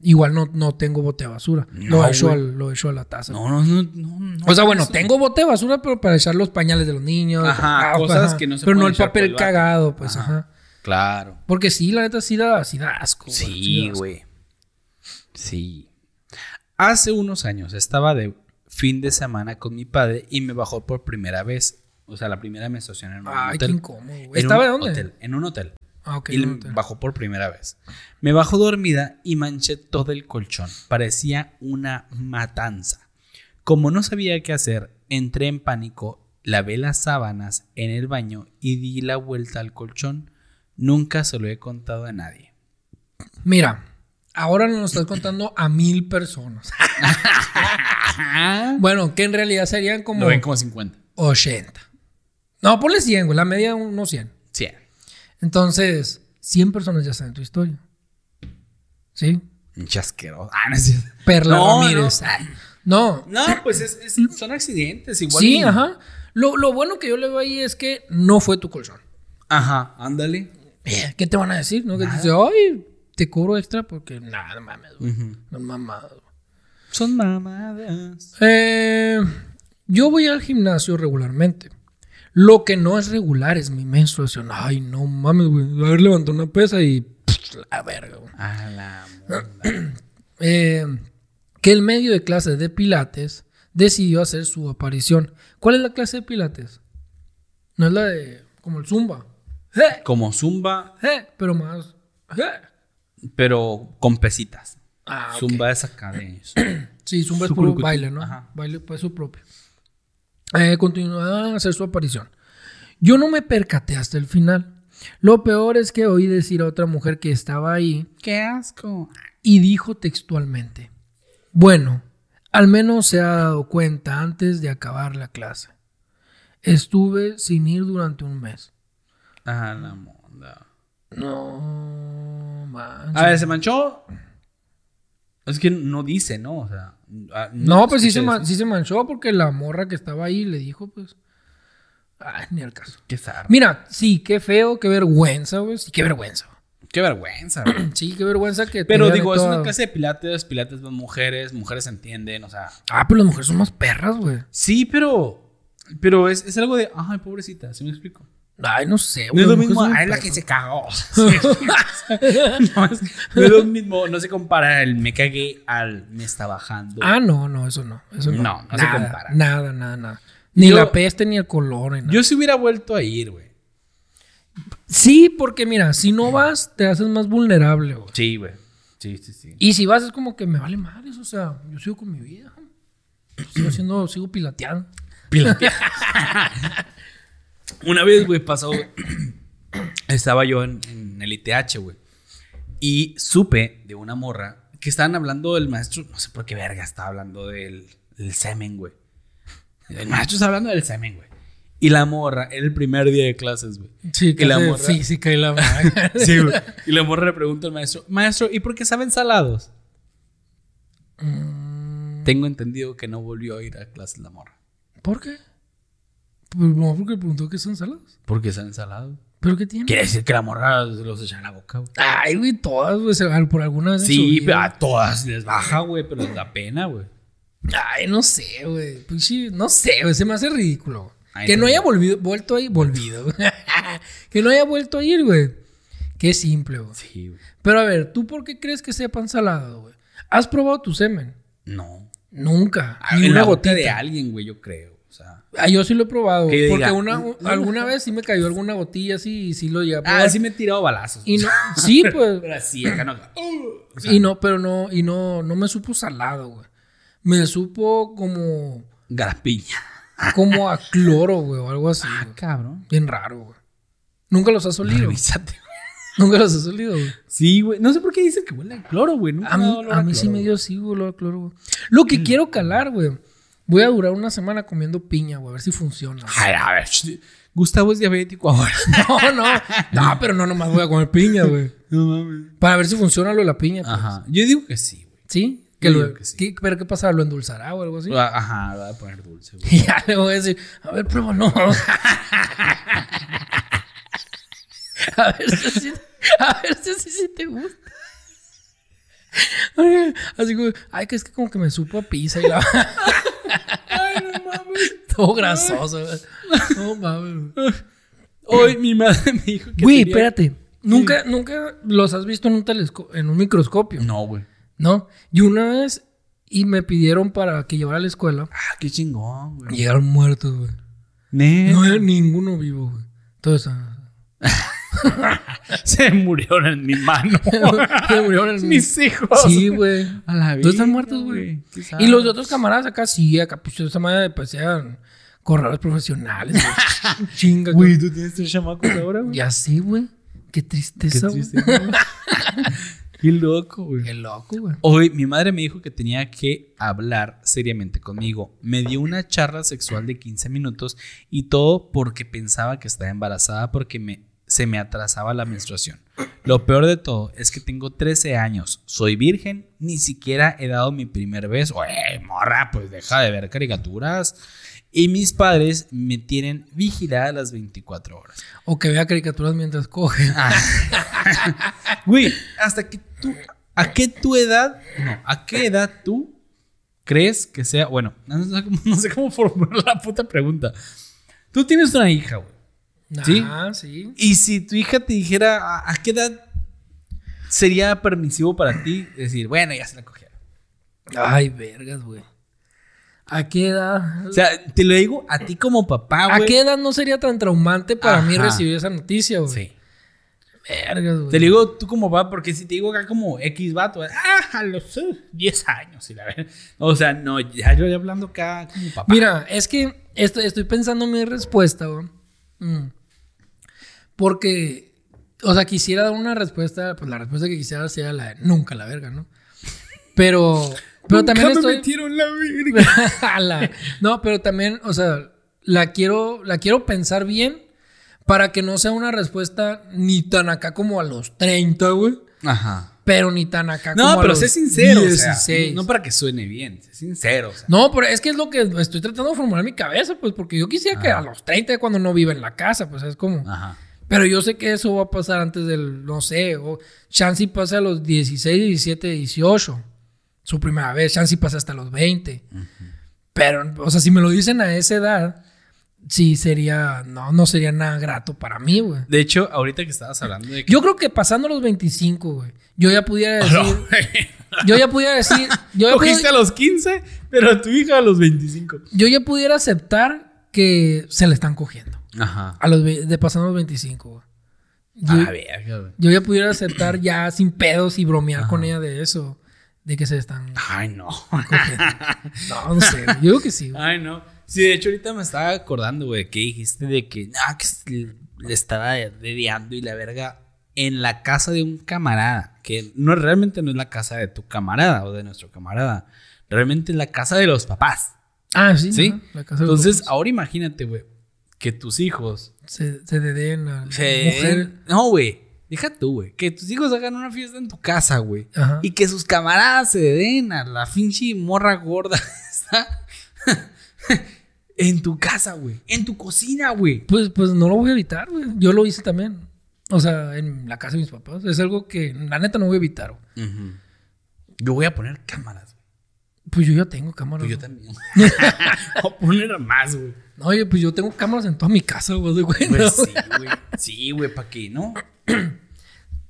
igual no, no tengo bote de basura. lo, No, echo güey. al- lo echo a la taza. No, no, no, no, no. o sea, bueno, eso- tengo bote de basura, pero para echar los pañales de los niños. Ajá, pues, cosas que no se Pero no pueden el echar por papel el váter. cagado, pues, ajá. Ajá. Claro. Porque sí, la neta, sí da, sí da asco. güey, Sí, da asco. güey. Sí. Hace unos años estaba de fin de semana con mi padre y me bajó por primera vez. O sea, la primera menstruación en un Ay, qué hotel. incómodo, güey. En ¿Estaba un de dónde? hotel, en un hotel. Ah, ok. y en le un hotel. bajó por primera vez. Me bajó dormida y manché todo el colchón. Parecía una matanza. Como no sabía qué hacer, entré en pánico, lavé las sábanas en el baño y di la vuelta al colchón. Nunca se lo he contado a nadie. Mira, ahora nos lo estás contando a mil personas. Bueno, que en realidad serían como Lo ven como 50. 80. No, ponle 100, güey. La media unos 100. Sí. Entonces, 100 personas ya saben tu historia. ¿Sí? Chasquero. Ah, no es cierto. Perla No, Ramírez. no. Ay, No. No, pues es- es- son accidentes igual. Sí, y- ajá. Lo, lo bueno que yo le veo ahí es que no fue tu colchón. Ajá, ándale. Eh, ¿Qué te van a decir? ¿No? Que te dice, ay, te cobro extra porque nada, no mames, güey. No mames. Son mamadas. Eh, yo voy al gimnasio regularmente. Lo que no es regular es mi menstruación. Ay, no mames, güey. A ver, levanté una pesa y. pff, la verga, güey. A la mierda. Eh, que el medio de clases de Pilates decidió hacer su aparición. ¿Cuál es la clase de Pilates? No es la de. como el Zumba. Je, Como zumba, je, pero más. je. pero con pesitas. Ah, ok. zumba es acá de Sí, Zumba es Su puro curucutú. baile, ¿no? Ajá. Baile pues su propio. Eh, continuaron a hacer su aparición. Yo no me percaté hasta el final. Lo peor es que oí decir a otra mujer que estaba ahí Qué asco. y dijo textualmente, bueno, al menos se ha dado cuenta antes de acabar la clase. Estuve sin ir durante un mes. A Ah, la monda. No, manches. A ver, ¿se manchó? Es que no dice, ¿no? O sea. ah, No, pues sí se, escuché man- eso. sí se manchó porque la morra que estaba ahí le dijo, pues... Ay, ni al caso. Qué zarra. Mira, sí, qué feo, qué vergüenza, güey. Sí, qué vergüenza. Qué vergüenza, güey. Sí, qué vergüenza que. Pero tengan digo, ahí es toda- una clase de pilates, pilates van mujeres, mujeres entienden, o sea. Ah, pero las mujeres son más perras, güey. Sí, pero. Pero es, es algo de. Ay, pobrecita, ¿sí me explico? Ay, no sé, No es lo las mujeres mismo. son Ay, la perras. que se cagó. no, es, no es lo mismo. No se compara el me cagué al me está bajando. Ah, no, no, eso no. Eso no. No, no se Nada, compara. Nada, nada, nada. Ni Yo- la peste ni el color. ni nada. Yo si hubiera vuelto a ir, güey. Sí, porque mira, si no vas, te haces más vulnerable, güey. Sí, güey. Sí, sí, sí. Y si vas, es como que me vale madres, o sea, yo sigo con mi vida. Sigo haciendo, sigo pilateando. Pilatea. Una vez, güey, pasó. Estaba yo en, en el ITH, güey. Y supe de una morra que estaban hablando del maestro. No sé por qué verga estaba hablando del, del semen, güey. El maestro está hablando del semen, güey. Y la morra, era el primer día de clases, güey. Sí, que la morra- física y la magia. Sí, güey. Y la morra le pregunta al maestro, maestro, ¿y por qué saben salados? Mm. Tengo entendido que no volvió a ir a clases la morra. ¿Por qué? Pues no, porque preguntó qué son saladas. ¿Por qué saben salados? ¿Pero qué tiene? Quiere decir que la morra se los echa a la boca, güey. Ay, güey, todas, güey, se- al- por alguna vez. en su Sí, vida. pero a todas les baja, güey, pero les da pena, güey. Ay, no sé, Pues güey. Pinche- No sé, güey, se me hace ridículo. güey. Ay, que no sí. haya volvido, vuelto ahí, volvido. güey. ah, que no haya vuelto a ir, güey. Qué simple, güey. Sí, güey. Pero a ver, ¿tú por qué crees que sepan salado, güey? ¿Has probado tu semen? No. Nunca. Ah, ni en una la boca gotita. de alguien, güey, yo creo. O sea. Ah, yo sí lo he probado. Que yo Porque diga, una, "Mm, mm". alguna vez sí me cayó alguna gotilla así y sí lo llegué a probar. Ah, sí me he tirado balazos. Y no, sí, pues. Pero así, acá no. O sea, Y no, pero no, y no, no me supo salado, güey. Me supo como, Garapiña. como a cloro, güey, o algo Ah, así. güey. Cabrón. Bien raro, güey. Nunca los has olido. Revísate, güey. Nunca los has olido, güey. Sí, güey. No sé por qué dicen que huele a cloro, güey. Nunca A me ha mí, dado olor a mí sí cloro, me güey. dio sí, güey, olor a cloro, güey. Lo que quiero calar, güey. Voy a durar una semana comiendo piña, güey, a ver si funciona. güey. Ay, a ver. sh- Gustavo es diabético ahora. No, no. No, pero no nomás voy a comer piña, güey. No mames. Para ver si funciona lo de la piña. pues. Ajá. Yo digo que sí, güey. ¿Sí? Que Ah. Yo lo- digo que sí. ¿qué- pero ¿qué pasa? ¿Lo endulzará o algo así? Ah, Ajá, va a poner dulce, güey. Y ya le voy a decir, a ver, pruébalo. a ver si así, a ver si así sí te gusta. Así como, ay, que es que como que me supo a pizza y la. Ay, no mames. Todo grasoso. güey. No mames. güey. Hoy mi madre me dijo que. Güey, tenía- espérate. Nunca, nunca los has visto en un telesco en un microscopio, No, güey. ¿no? Y una vez, y me pidieron para que llevara a la escuela, Ah, qué chingón, güey. llegaron muertos, güey. Neta. No hay ninguno vivo, güey. Todo eso. Se murieron en mi mano. Se murieron en- Mis hijos. Sí, güey. A la vida. Todos están muertos, güey. Y los otros camaradas acá sí, acá pues esa madre parecían corredores profesionales. güey. Chinga, güey. tú tienes tres chamacos ahora, güey. Ya sí, güey. Qué Qué tristeza, güey. triste, güey. Qué loco, güey. Qué loco, güey. Hoy mi madre me dijo que tenía que hablar seriamente conmigo. Me dio una charla sexual de 15 minutos y todo porque pensaba que estaba embarazada porque me, se me atrasaba la menstruación. Lo peor de todo es que tengo 13 años, soy virgen, ni siquiera he dado mi primer beso. ¡Eh, morra! Pues deja de ver caricaturas. Y mis padres me tienen vigilada las 24 horas. O que vea caricaturas mientras coge. Güey, hasta que tú. ¿A qué tu edad? No, ¿a qué edad tú crees que sea. Bueno, no sé cómo, no sé cómo formular la puta pregunta. Tú tienes una hija, güey. Sí. Ah, sí. Y si tu hija te dijera, ¿a, a qué edad sería permisivo para ti decir, bueno, ya se la cogieron? Ay, vergas, güey. ¿A qué edad? O sea, te lo digo a ti como papá, ¿A güey. qué edad no sería tan traumante para mí Ajá. recibir esa noticia, güey? Sí. Vergas, güey. Te lo digo tú como papá, porque si te digo acá como X vato, ah, a los eh, 10 años, y la verdad. O sea, no, ya yo ya hablando acá como papá. Mira, es que esto- estoy pensando en mi respuesta, güey. Mm. Porque, o sea, quisiera dar una respuesta, pues la respuesta que quisiera dar sería la de nunca la verga, ¿no? Pero, pero Nunca también me estoy... metieron la verga. A la- no, pero también, o sea, la quiero, la quiero pensar bien para que no sea una respuesta ni tan acá como a los 30, güey. Ajá. Pero ni tan acá como No, a pero los sé sincero. o sea, 16. no, no para que suene bien, sé sincero. o sea. No, pero es que es lo que estoy tratando de formular en mi cabeza, pues, porque yo quisiera que Ajá. a los 30 cuando no viva en la casa, pues, es como. Ajá. Pero yo sé que eso va a pasar antes del, no sé, o Chansey pasa a los 16, 17, 18, su primera vez, Chansey pasa hasta los 20. Pero, o sea, si me lo dicen a esa edad, sí sería, no, no sería nada grato para mí, güey. De hecho, ahorita que estabas hablando de que. Yo creo que pasando los 25, güey, yo ya pudiera decir, yo ya pudiera decir, yo ya pudiera- Cogiste a los 15, pero a tu hija a los 25. yo ya pudiera aceptar que se le están cogiendo. Ajá. A los ve- de pasando los 25, güey. Yo, A verga, güey. yo ya pudiera aceptar ya sin pedos y bromear Ajá. Ah. con ella de eso. De que se están Ay, no. cogiendo. no, no sé. Yo digo que sí, güey. Ay, no. Sí, de hecho, ahorita me estaba acordando, güey, que dijiste de que, no, que s- le estaba dediando y la verga en la casa de un camarada, que no realmente no es la casa de tu camarada o de nuestro camarada, realmente es la casa de los papás. Ah, sí. ¿Sí? ajá, la casa de los Entonces, ahora imagínate, güey, que tus hijos papás. Se, se deden a la se... mujer. No, güey, deja tú, güey, que tus hijos hagan una fiesta en tu casa, güey. Ajá. Y que sus camaradas se den a la finchi morra gorda esa en tu casa, güey. En tu cocina, güey. Pues, pues no lo voy a evitar, güey. Yo lo hice también. O sea, en la casa de mis papás. Es algo que la neta no voy a evitar, güey. Yo voy a poner cámaras, güey. Pues yo ya tengo cámaras. Pues yo güey. también. o poner más, güey. No, oye, pues yo tengo cámaras en toda mi casa, güey. de güey, Pues ¿no? sí, güey. Sí, güey, ¿para qué, no?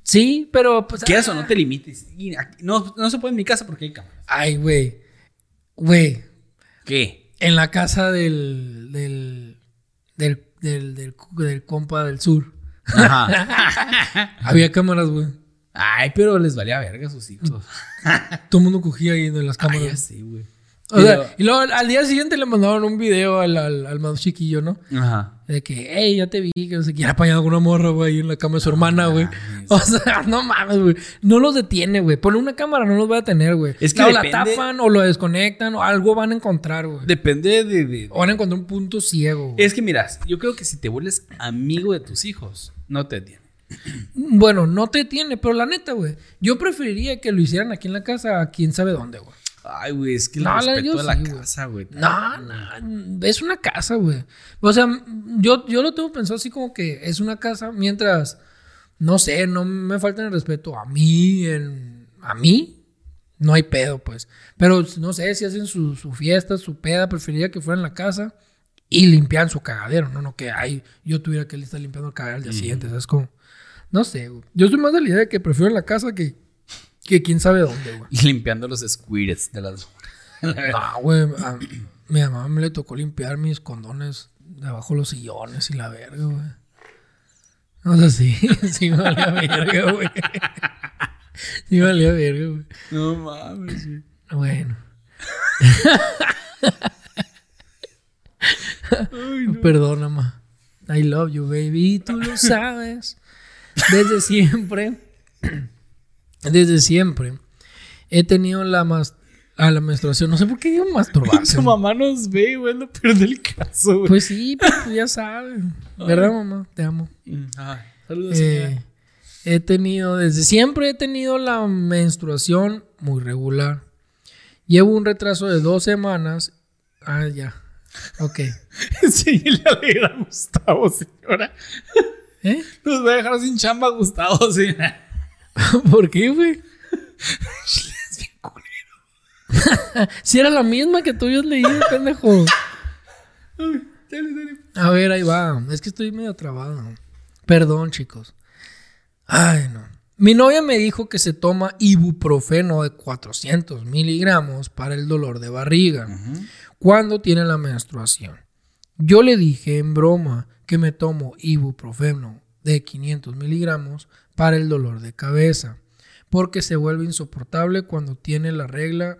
Sí, pero pues. Quieras o no te limites. Y aquí- No, no se puede en mi casa porque hay cámaras. Ay, güey. Güey. ¿Qué? En la casa del. del. del. del, del, del compa del sur. Ajá. Había cámaras, güey. Ay, pero les valía verga a sus hijos. Todo el mundo cogía ahí de las Ay, ya cámaras. sé, güey. o sea, y luego al- al día siguiente le mandaron un video al, al, al más chiquillo, ¿no? Ajá. De que, hey, ya te vi, que no sé qué, era apañado con una morra, güey, ahí en la cama de su hermana, güey. mames. O sea, no mames, güey. No los detiene, güey. Ponle una cámara, no los va a detener, güey. Es que o la depende- tapan o lo desconectan o algo van a encontrar, güey. Depende de- de, O van a encontrar un punto ciego, güey. Es que miras, yo creo que si te vuelves amigo de tus hijos, no te detiene. Bueno, no te detiene, pero la neta, güey. Yo preferiría que lo hicieran aquí en la casa a quién sabe dónde, güey. Ay, güey, es que el No, la- respeto yo a la sí, güey. casa, güey. No, no, es una casa, güey. O sea, yo, yo lo tengo pensado así como que es una casa mientras, no sé, no me faltan el respeto a mí, en- a mí, no hay pedo, pues. Pero no sé si hacen su, su fiesta, su peda, preferiría que fuera en la casa y limpian su cagadero, no, no que ay, yo tuviera que estar limpiando el cagadero al día siguiente, ¿sabes cómo? No sé, güey. Yo soy más de la idea de que prefiero en la casa que, que quién sabe dónde, güey. Y Limpiando los squirts de las. No, güey. a- mi mamá me le tocó limpiar mis condones debajo de los sillones y la verga, güey. No sé si, sí me valía verga, güey. Sí me valía verga, güey. No mames, güey. Bueno. Perdona, ma. I love you, baby. Tú lo sabes. Desde siempre. Desde siempre. He tenido la mas a la menstruación. No sé por qué digo masturbarse. mamá nos ve, güey, lo peor del caso, Pues sí, pues tú ya sabes. ¿Verdad, mamá? Te amo. Ay, saludos, Eh, he tenido, desde siempre he tenido la menstruación muy regular. Llevo un retraso de dos semanas. Ah, ya. Ok. Eh, Sí, le alegra a Gustavo, señora. ¿Eh? Nos va a dejar sin chamba, Gustavo, señora. ¿Por qué, güey? si era la misma que tú habías leído, pendejo. Dale, dale. A ver, ahí va. Es que estoy medio trabado. Perdón, chicos. Ay, no. Mi novia me dijo que se toma ibuprofeno de 400 miligramos para el dolor de barriga cuando tiene la menstruación. Yo le dije en broma que me tomo ibuprofeno de 500 miligramos para el dolor de cabeza porque se vuelve insoportable cuando tiene la regla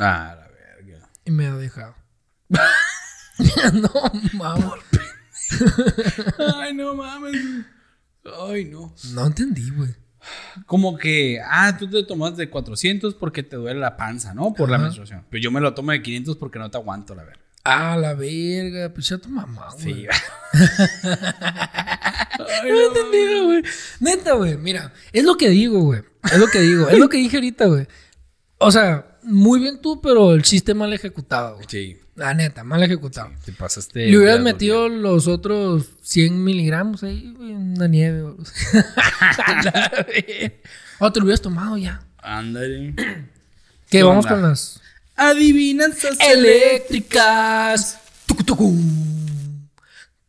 Ah, la verga. y me ha dejado. no, mames. Ay, no mames. güey. Ay, no. No entendí, güey. Como que, ah, tú te tomas de 400 porque te duele la panza, ¿no? Por la Ajá. menstruación. Pero yo me lo tomo de 500 porque no te aguanto, la verdad. Ah, la verga, pues ya tu mamá, güey. Sí. No lo he entendido, güey. Neta, güey, mira, es lo que digo, güey. Es lo que digo, es lo que dije ahorita, güey. O sea, muy bien tú, pero el chiste mal ejecutado, güey. sí, La neta, mal ejecutado. te pasaste. Le hubieras de- metido los otros 100 miligramos ahí, güey, en la nieve, güey. o te lo hubieras tomado ya. Ándale. Que ¿Qué vamos onda? con las Adivinanzas ele. eléctricas. Tucu, tucu.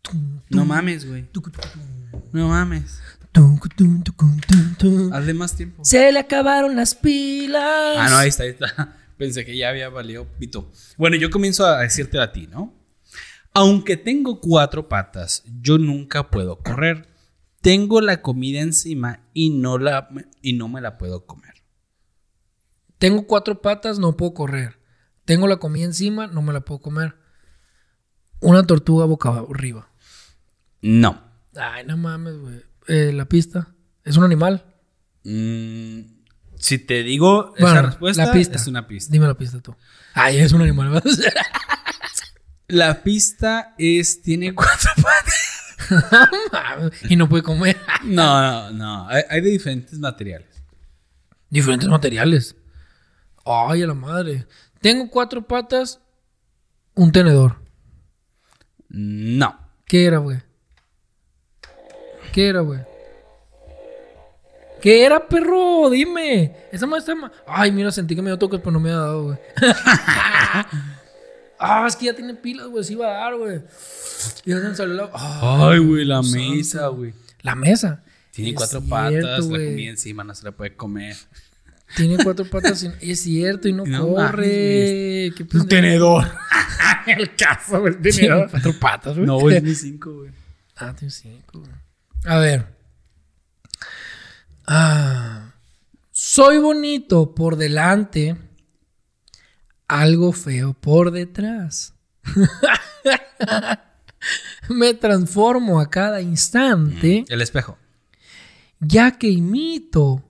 Tum, No mames, güey. tucu, tucu. No mames. Tuncu, tun, tucun, tun, tun. Hazle más tiempo. Se le acabaron las pilas. Ah, no, ahí está, ahí está. Pensé que ya había valido pito. Bueno, yo comienzo a decirte a ti, ¿no? Aunque tengo cuatro patas, yo nunca puedo correr. Tengo la comida encima y no, la, y no me la puedo comer. Tengo cuatro patas, no puedo correr. Tengo la comida encima, no me la puedo comer. Una tortuga boca arriba. No. Ay, no mames, güey. Eh, la pista. ¿Es un animal? Mm, si te digo esa Bueno, respuesta, la pista. es una pista. Dime la pista tú. Ay, es un animal. ¿verdad? La pista es, tiene cuatro patas. Mames, y no puede comer. No, no, no. Hay, hay de diferentes materiales. Diferentes materiales. Ay, a la madre. Tengo cuatro patas, un tenedor. No. ¿Qué era, güey? ¿Qué era, güey? ¿Qué era, perro? Dime. Esa maestra. ma- Ay, mira, sentí que me dio toques, pero no me había dado, güey. ah, es que ya tiene pilas, güey. Sí va a dar, güey. Y ya se me salió la. Ah, Ay, güey, la santo. mesa, güey. La mesa. Tiene Es cuatro cierto, patas, güey. la comida encima no se la puede comer. Tiene cuatro patas. y- Es cierto, y no, No mames, corre. Qué pendejo. tenedor. El caso, güey. el Tiene tenedor. cuatro patas, güey. No, güey, tiene cinco, güey. Ah, tiene cinco. güey. A ver. Ah. Soy bonito por delante, algo feo por detrás. Me transformo a cada instante, El espejo. ya que imito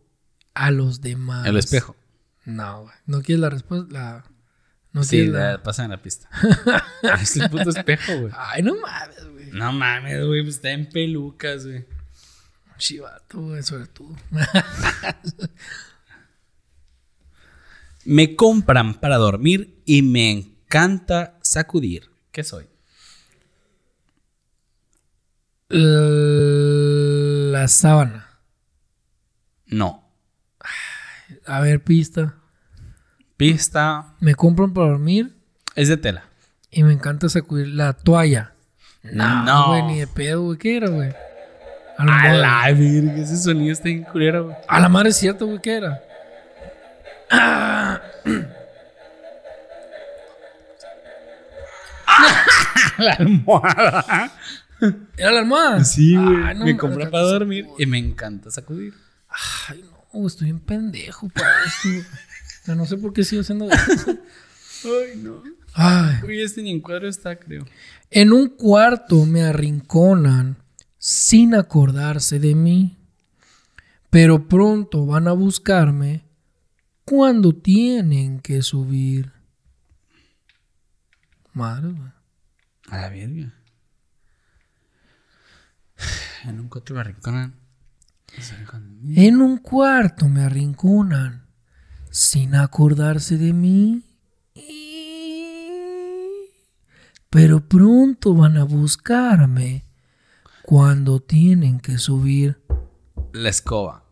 a los demás. El espejo. No, güey. No quieres la respuesta. La... No Sí, quieres la- la, pasa en la pista. es el puto espejo, güey. Ay, no mames, güey. No mames, güey, pues está en pelucas, güey. Chivato, güey, sobre todo. Me compran para dormir y me encanta sacudir. ¿Qué soy? la sábana. No. A ver, pista. Pista Me compran para dormir es de tela. y me encanta sacudir la toalla. Ah, No. güey, ni de pedo, güey. ¿Qué era, güey? A la, A madre. la verga, ese sonido está en culero, güey. A la madre es cierto, güey. ¿Qué era? La almohada. ¿Era la almohada? Sí, güey. Ay, Ah, no me mames, compran para dormir y me encanta sacudir. Ay, no, güey, estoy bien pendejo para esto. güey. O sea, no sé por qué sigo haciendo eso. Ay, no. Ay. Uy, este ni en cuadro está, creo. En un cuarto me arrinconan sin acordarse de mí, pero pronto van a buscarme cuando tienen que subir. Madre, güey. A la verga. En un cuatro me arrinconan. Se arrinconan. En un cuarto me arrinconan sin acordarse de mí. Y- Pero pronto van a buscarme cuando tienen que subir. La escoba.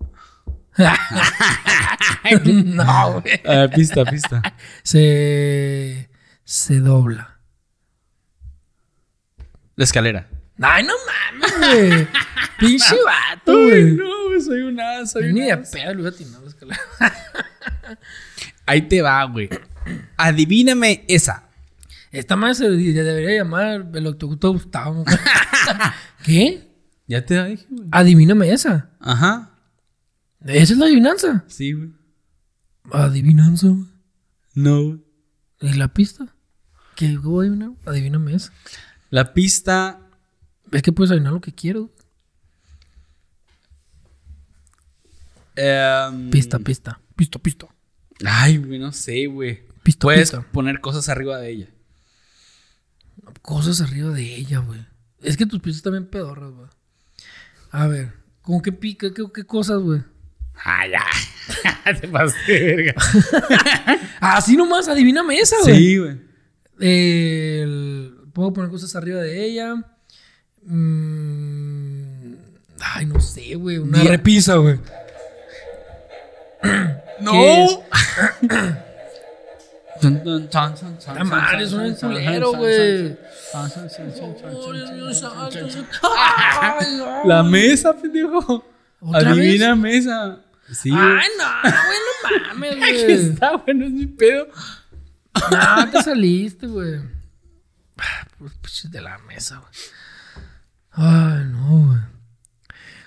no, güey. Ah, pista, pista. Se. Se dobla. La escalera. Ay, no mames, güey. Pinche vato, güey. no, güey, soy un as, soy Ni un de as. pedo le voy a atinar la escalera. Ahí te va, güey. Adivíname esa. Esta madre se de- debería llamar el octocuto Gustavo. güey. ¿Qué? Ya te la dije, güey. Adivíname esa. Ajá. Esa es la adivinanza. Sí, güey. Adivinanza, güey. No, güey. ¿Y la pista? ¿Qué voy a adivinar? Adivíname esa. La pista. Es que puedes adivinar lo que quiero. em, Pista, pista. Pista, pista. Ay, güey, no sé, güey. Pista, Puedes pista. poner cosas arriba de ella. Cosas arriba de ella, güey. Es que tus pistas también pedorras, güey. A ver, ¿con qué pica? ¿Qué, qué cosas, güey? Ay, ya. te pasaste, de verga. Así nomás, adivíname esa, güey. ¿Eh? Sí, güey. El- Puedo poner cosas arriba de ella. Mm, Ay, no sé, güey. Una Día- repisa, güey. No. ¿Qué Dun, dun, chan, chan, La chan, madre, chan, es un chan, chan, culero, chan, güey. chan, chan, chan, chan, chan, Oh, chan, Dios chan, mío, chan, santo, chan, chan. Ay, ay. La mesa, pendejo. ¿Otra Adivina mesa. Sí. güey. Ay, no, güey, no Aquí mames, güey. está, bueno, es mi pedo. No, te saliste, güey. Ah, pues, pues, De la mesa, güey. Ay, no, güey.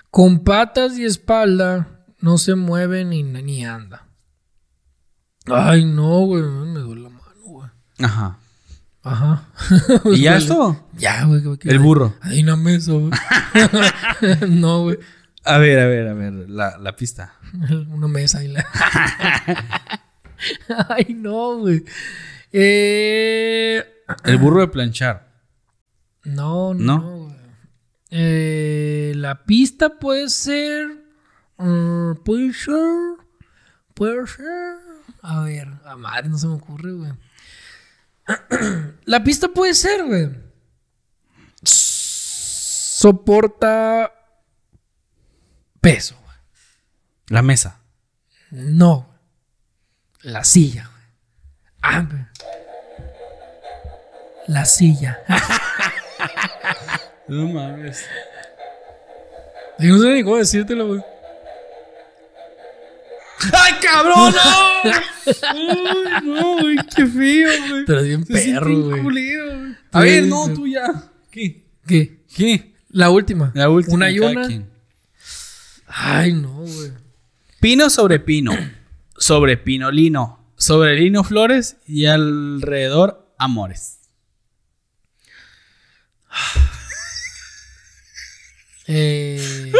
Con patas y espalda no se mueve ni, ni anda. Ay, no, güey. Me duele la mano, güey. Ajá. Ajá. ¿Y ya esto? Ya, güey. güey, que- El burro. Ay, una mesa, güey. no, güey. A ver, a ver, a ver. La, la pista. Una mesa y la. Ay, no, güey. Eh, El burro de planchar. No, no. No. no, güey. Eh, la pista puede ser. mm, puede ser. Puede ser. A ver, a madre, no se me ocurre, güey. la pista puede ser, güey. Soporta peso, güey. La mesa. No. La silla. güey. Ah, güey. La silla. No mames. Yo no sé ni cómo decírtelo, güey. ¡Ay, cabrón! ¡No! Uy, no, güey, qué feo, güey. Pero es bien Se siente perro, bien güey. culero, güey. A ver, no, tú ya. ¿Qué? ¿Qué? ¿Qué? La última. La última. Una y cada una. quien. Ay, no, güey. Pino sobre pino, sobre pinolino, sobre lino flores y alrededor amores. Eh,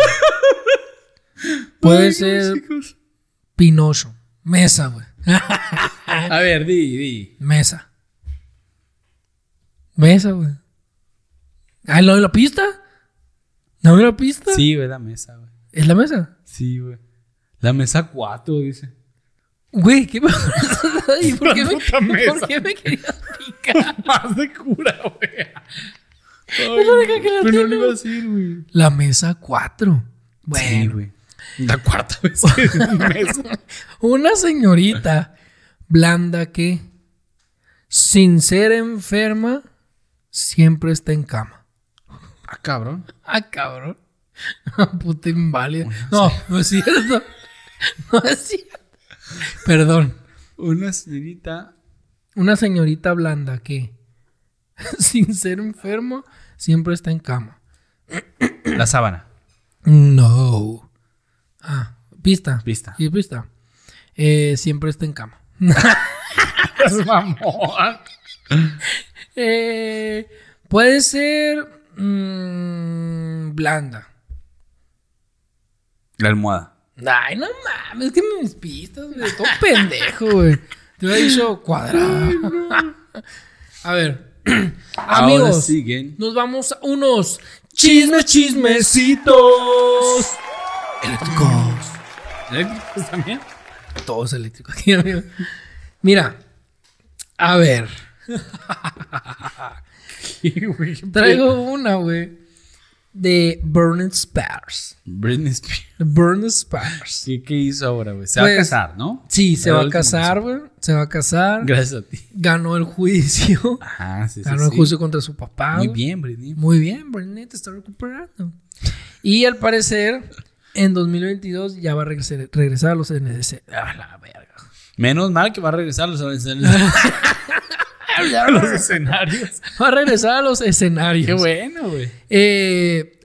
puede Ay, ser chicos. Pinocho. Mesa, güey. A ver, di, di. Mesa. Mesa, güey. Ay, ¿lo de la pista? ¿No de la pista? Sí, güey, la mesa, güey. ¿Es la mesa? Sí, güey. La mesa 4, dice. Güey, ¿qué pasa? ¿Y por, qué me, puta ¿Por mesa. qué me querías picar? Más de cura, güey. la única que la Pero no tiene, le iba a decir, güey. La mesa 4. Bueno, Sí, güey. La cuarta vez que dices mesa. una señorita blanda que, sin ser enferma, siempre está en cama. Ah, cabrón. Ah, cabrón. Ah, Puta inválida. No, no es cierto. No es cierto. Perdón. Una señorita. Una señorita blanda que, sin ser enferma, siempre está en cama. La sábana. No. Ah, pista. Pista. Sí, pista. Eh, siempre está en cama. Es mamón. Eh, puede ser mm, blanda. La almohada. Ay, no mames, es que mis pistas, güey, todo pendejo, güey. Te hubiera dicho cuadrada. A ver, Ahora amigos, siguen. nos vamos a unos chismes, chismecitos eléctricos. ¿Eléctricos también? Todos eléctricos aquí, amigo. Mira, a ver, Sí, güey. qué traigo una, güey, de Bernard Spears. Britney Spears. Bernard Spears. ¿Qué, qué hizo ahora, güey? Se va a Pues, casar, ¿no? Sí, se Era va a lo último que casar, hizo. güey. Se va a casar. Gracias a ti. Ganó el juicio. Ajá, Ah, sí, sí. Ganó el sí. juicio contra su papá. Muy güey. bien, Britney. Muy bien, Britney, te está recuperando. Y al parecer, en 2022 ya va a regresar, regresar a los NDC. Ah, la verga. Menos mal que va a regresar a los, a los escenarios. Va a regresar a los escenarios. Qué bueno, güey. Eh,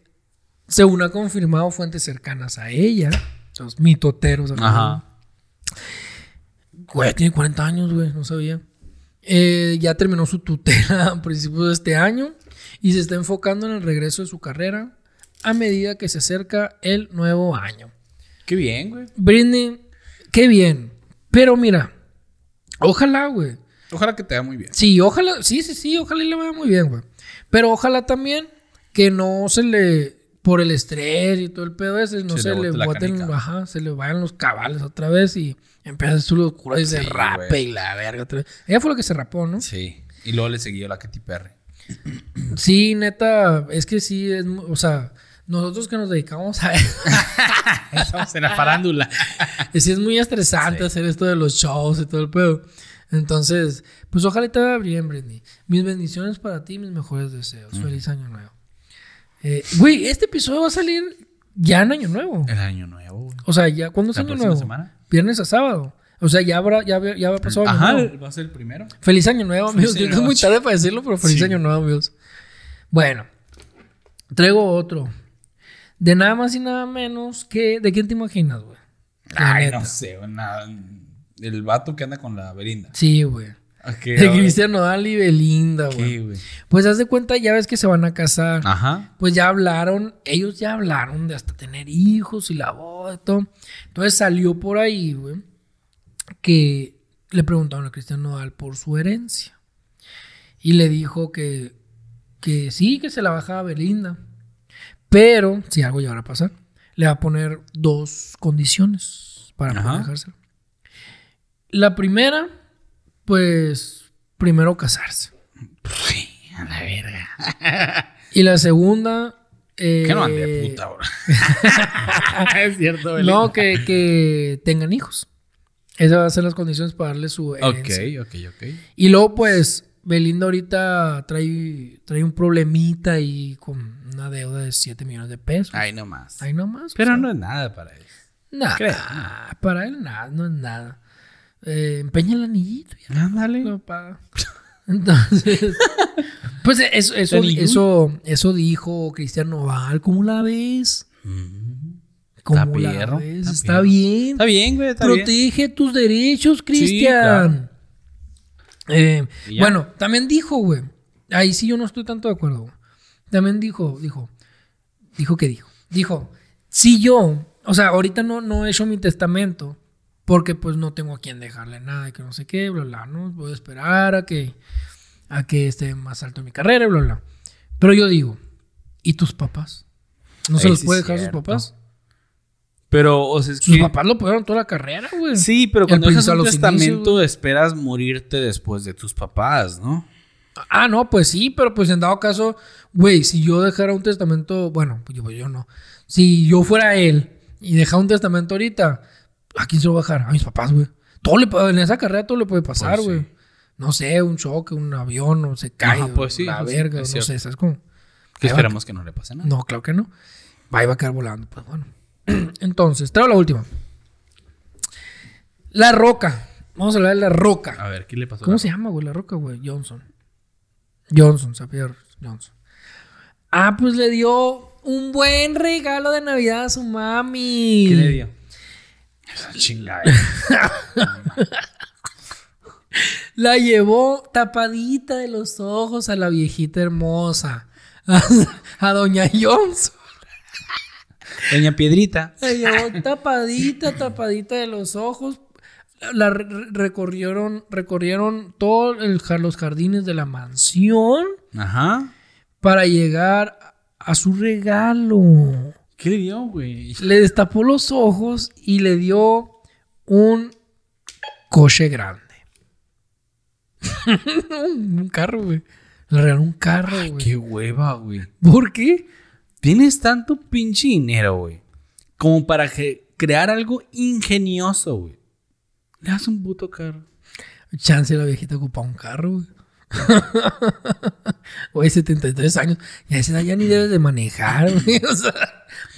según ha confirmado fuentes cercanas a ella, los mitoteros. Ajá. Güey, tiene 40 años, güey, no sabía. Eh, ya terminó su tutela a principios de este año y se está enfocando en el regreso de su carrera a medida que se acerca el nuevo año. Qué bien, güey. Britney, qué bien. Pero mira, ojalá, güey. Ojalá que te vaya muy bien. Sí, ojalá, sí, sí, sí, ojalá y le vaya muy bien, güey. Pero ojalá también que no se le, por el estrés y todo el pedo ese, no Se se, le, le bote la boten, canica. ajá, se le vayan los cabales otra vez y empieza su locura y se Sí, rape güey. y la verga otra vez. Ella fue la que se rapó, ¿no? Sí. Y luego le siguió la Katy Perry. Sí, neta, es que sí, es, mu- o sea, nosotros que nos dedicamos a Estamos en la farándula. Y sí es muy estresante hacer esto de los shows y todo el pedo. Entonces, pues ojalá te vaya bien, Britney. Mis bendiciones para ti, mis mejores deseos. Feliz año nuevo. Eh, Güey, este episodio va a salir ya en año nuevo. El año nuevo, güey. O sea, ya ¿cuándo es Eh, La año próxima nuevo? semana. Viernes a sábado. O sea, ya habrá, ya, habrá- ya habrá pasado año Ajá, nuevo. va a ser el primero. Feliz año nuevo, Feliz amigos. año Yo nuevo, es muy tarde para decirlo, pero feliz Sí. año nuevo, amigos. Bueno, traigo otro. De nada más y nada menos que. ¿De quién te imaginas, güey? La Ay, neta. no sé, güey, nada. El vato que anda con la Berinda. Sí, güey. Ok, De a ver. Cristian Nodal y Belinda, Sí, güey. güey. Pues haz de cuenta, ya ves que se van a casar. Ajá. Pues ya hablaron, ellos ya hablaron de hasta tener hijos y la boda y todo. Entonces salió por ahí, güey, que le preguntaron a Cristian Nodal por su herencia. Y le dijo que, que sí, que se la bajaba Belinda. Pero, si algo llegara a pasar, le va a poner dos condiciones para Ajá. poder dejársela. La primera, pues, primero casarse. A la verga. Y la segunda, eh, Que no ande de puta ahora. es cierto, Belén. No, que, que tengan hijos. Esas van a ser las condiciones para darle su Ok, herencia. ok, ok. Y luego, pues, Belinda ahorita trae, trae un problemita y con una deuda de 7 millones de pesos. Ahí nomás. Ahí nomás. o Pero sea, no es nada para él. nada. creo. Para él, nada, no es nada. Eh, empeña el anillito. ya, Ándale. lo paga. Entonces, pues eso, eso, Anillín. eso, eso dijo Cristian Noval. ¿Cómo la ves? Mm. ¿Cómo Está la perro, ves? está Está, perro. bien. Está bien, güey, está bien. Protege tus derechos, Cristian. Eh, Y ya. bueno, también dijo, güey. Ahí sí yo no estoy tanto de acuerdo. güey. También dijo, dijo, dijo que dijo. Dijo, si yo, o sea, ahorita no, no he hecho mi testamento porque pues no tengo a quien dejarle nada y que no sé qué, bla, bla, no, voy a esperar a que, a que esté más alto en mi carrera, bla, bla. Pero yo digo, ¿y tus papás? ¿No se Ahí los sí puede es dejar a sus cierto. papás? Pero, o sea, es Sus que. papás lo pudieron toda la carrera, güey. Sí, pero El cuando dejas príncipe a un los inicios, testamento güey. esperas morirte después de tus papás, ¿no? Ah, no, pues sí, pero pues en dado caso, güey, si yo dejara un testamento, bueno, pues yo, pues yo no. Si yo fuera él y dejara un testamento ahorita, ¿a quién se lo voy a dejar? A mis papás, güey. Todo le puede, en esa carrera todo le puede pasar, Pues sí. güey. No sé, un choque, un avión, o se cae, Ajá, pues sí, la pues sí, verga, es no cierto. sé, ¿sabes cómo? Que Ahí va. esperamos que no le pase nada. No, claro que no. Va y va a quedar volando, pues bueno. Entonces, traigo la última. La Roca. Vamos a hablar de La Roca. A ver, ¿qué le pasó? ¿Cómo se llama, güey? La roca, güey. Johnson. Johnson, Xavier Johnson. Ah, pues le dio un buen regalo de Navidad a su mami. ¿Qué le dio? Esa chingada. eh. La llevó tapadita de los ojos a la viejita hermosa. A, a doña Johnson. Doña Piedrita. La llevó tapadita, tapadita de los ojos. La re- recorrieron, recorrieron todos los jardines de la mansión Ajá. para llegar a- a su regalo. ¿Qué le dio, güey? le destapó los ojos y le dio un coche grande. un carro, güey. Le regaló un carro, güey. Qué hueva, güey. ¿Por qué? Tienes tanto pinche dinero, güey. Como para que- crear algo ingenioso, güey. Le das un puto carro. Chance la viejita ocupaba un carro, güey. Güey, 73 años. Y a esa edad ya ni debes de manejar, güey. O sea,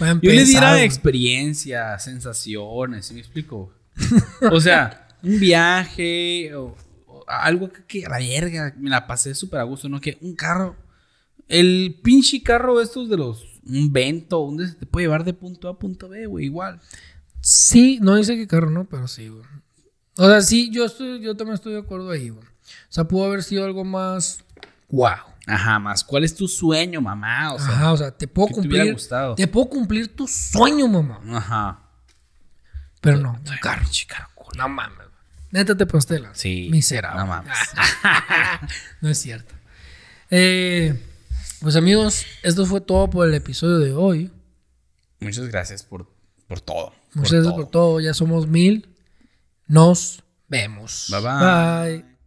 va Yo le diera empezado. experiencia, sensaciones, ¿sí me explico? O sea, un viaje o, o algo que, que a la verga me la pasé súper a gusto, ¿no? Que un carro, el pinche carro estos de los, un vento, donde se te puede llevar de punto A a punto B, güey, igual. Sí, no dice qué carro, ¿no? Pero sí, güey. O sea, sí, yo, estoy, yo también estoy de acuerdo ahí, güey. O sea, pudo haber sido algo más. ¡Wow! Ajá, más, ¿cuál es tu sueño, mamá? O sea, Ajá, o sea, te puedo que te hubiera cumplir. gustado. Te puedo cumplir tu sueño, mamá. Ajá. Pero no, un carro. Pinche carro culo. No mames. güey. Neta te postela. Sí. Miserable. No mames. No es cierto. Eh, pues amigos, esto fue todo por el episodio de hoy. Muchas gracias por, por todo. Muchas gracias por todo. Ya somos mil. Nos vemos. Bye, bye. bye.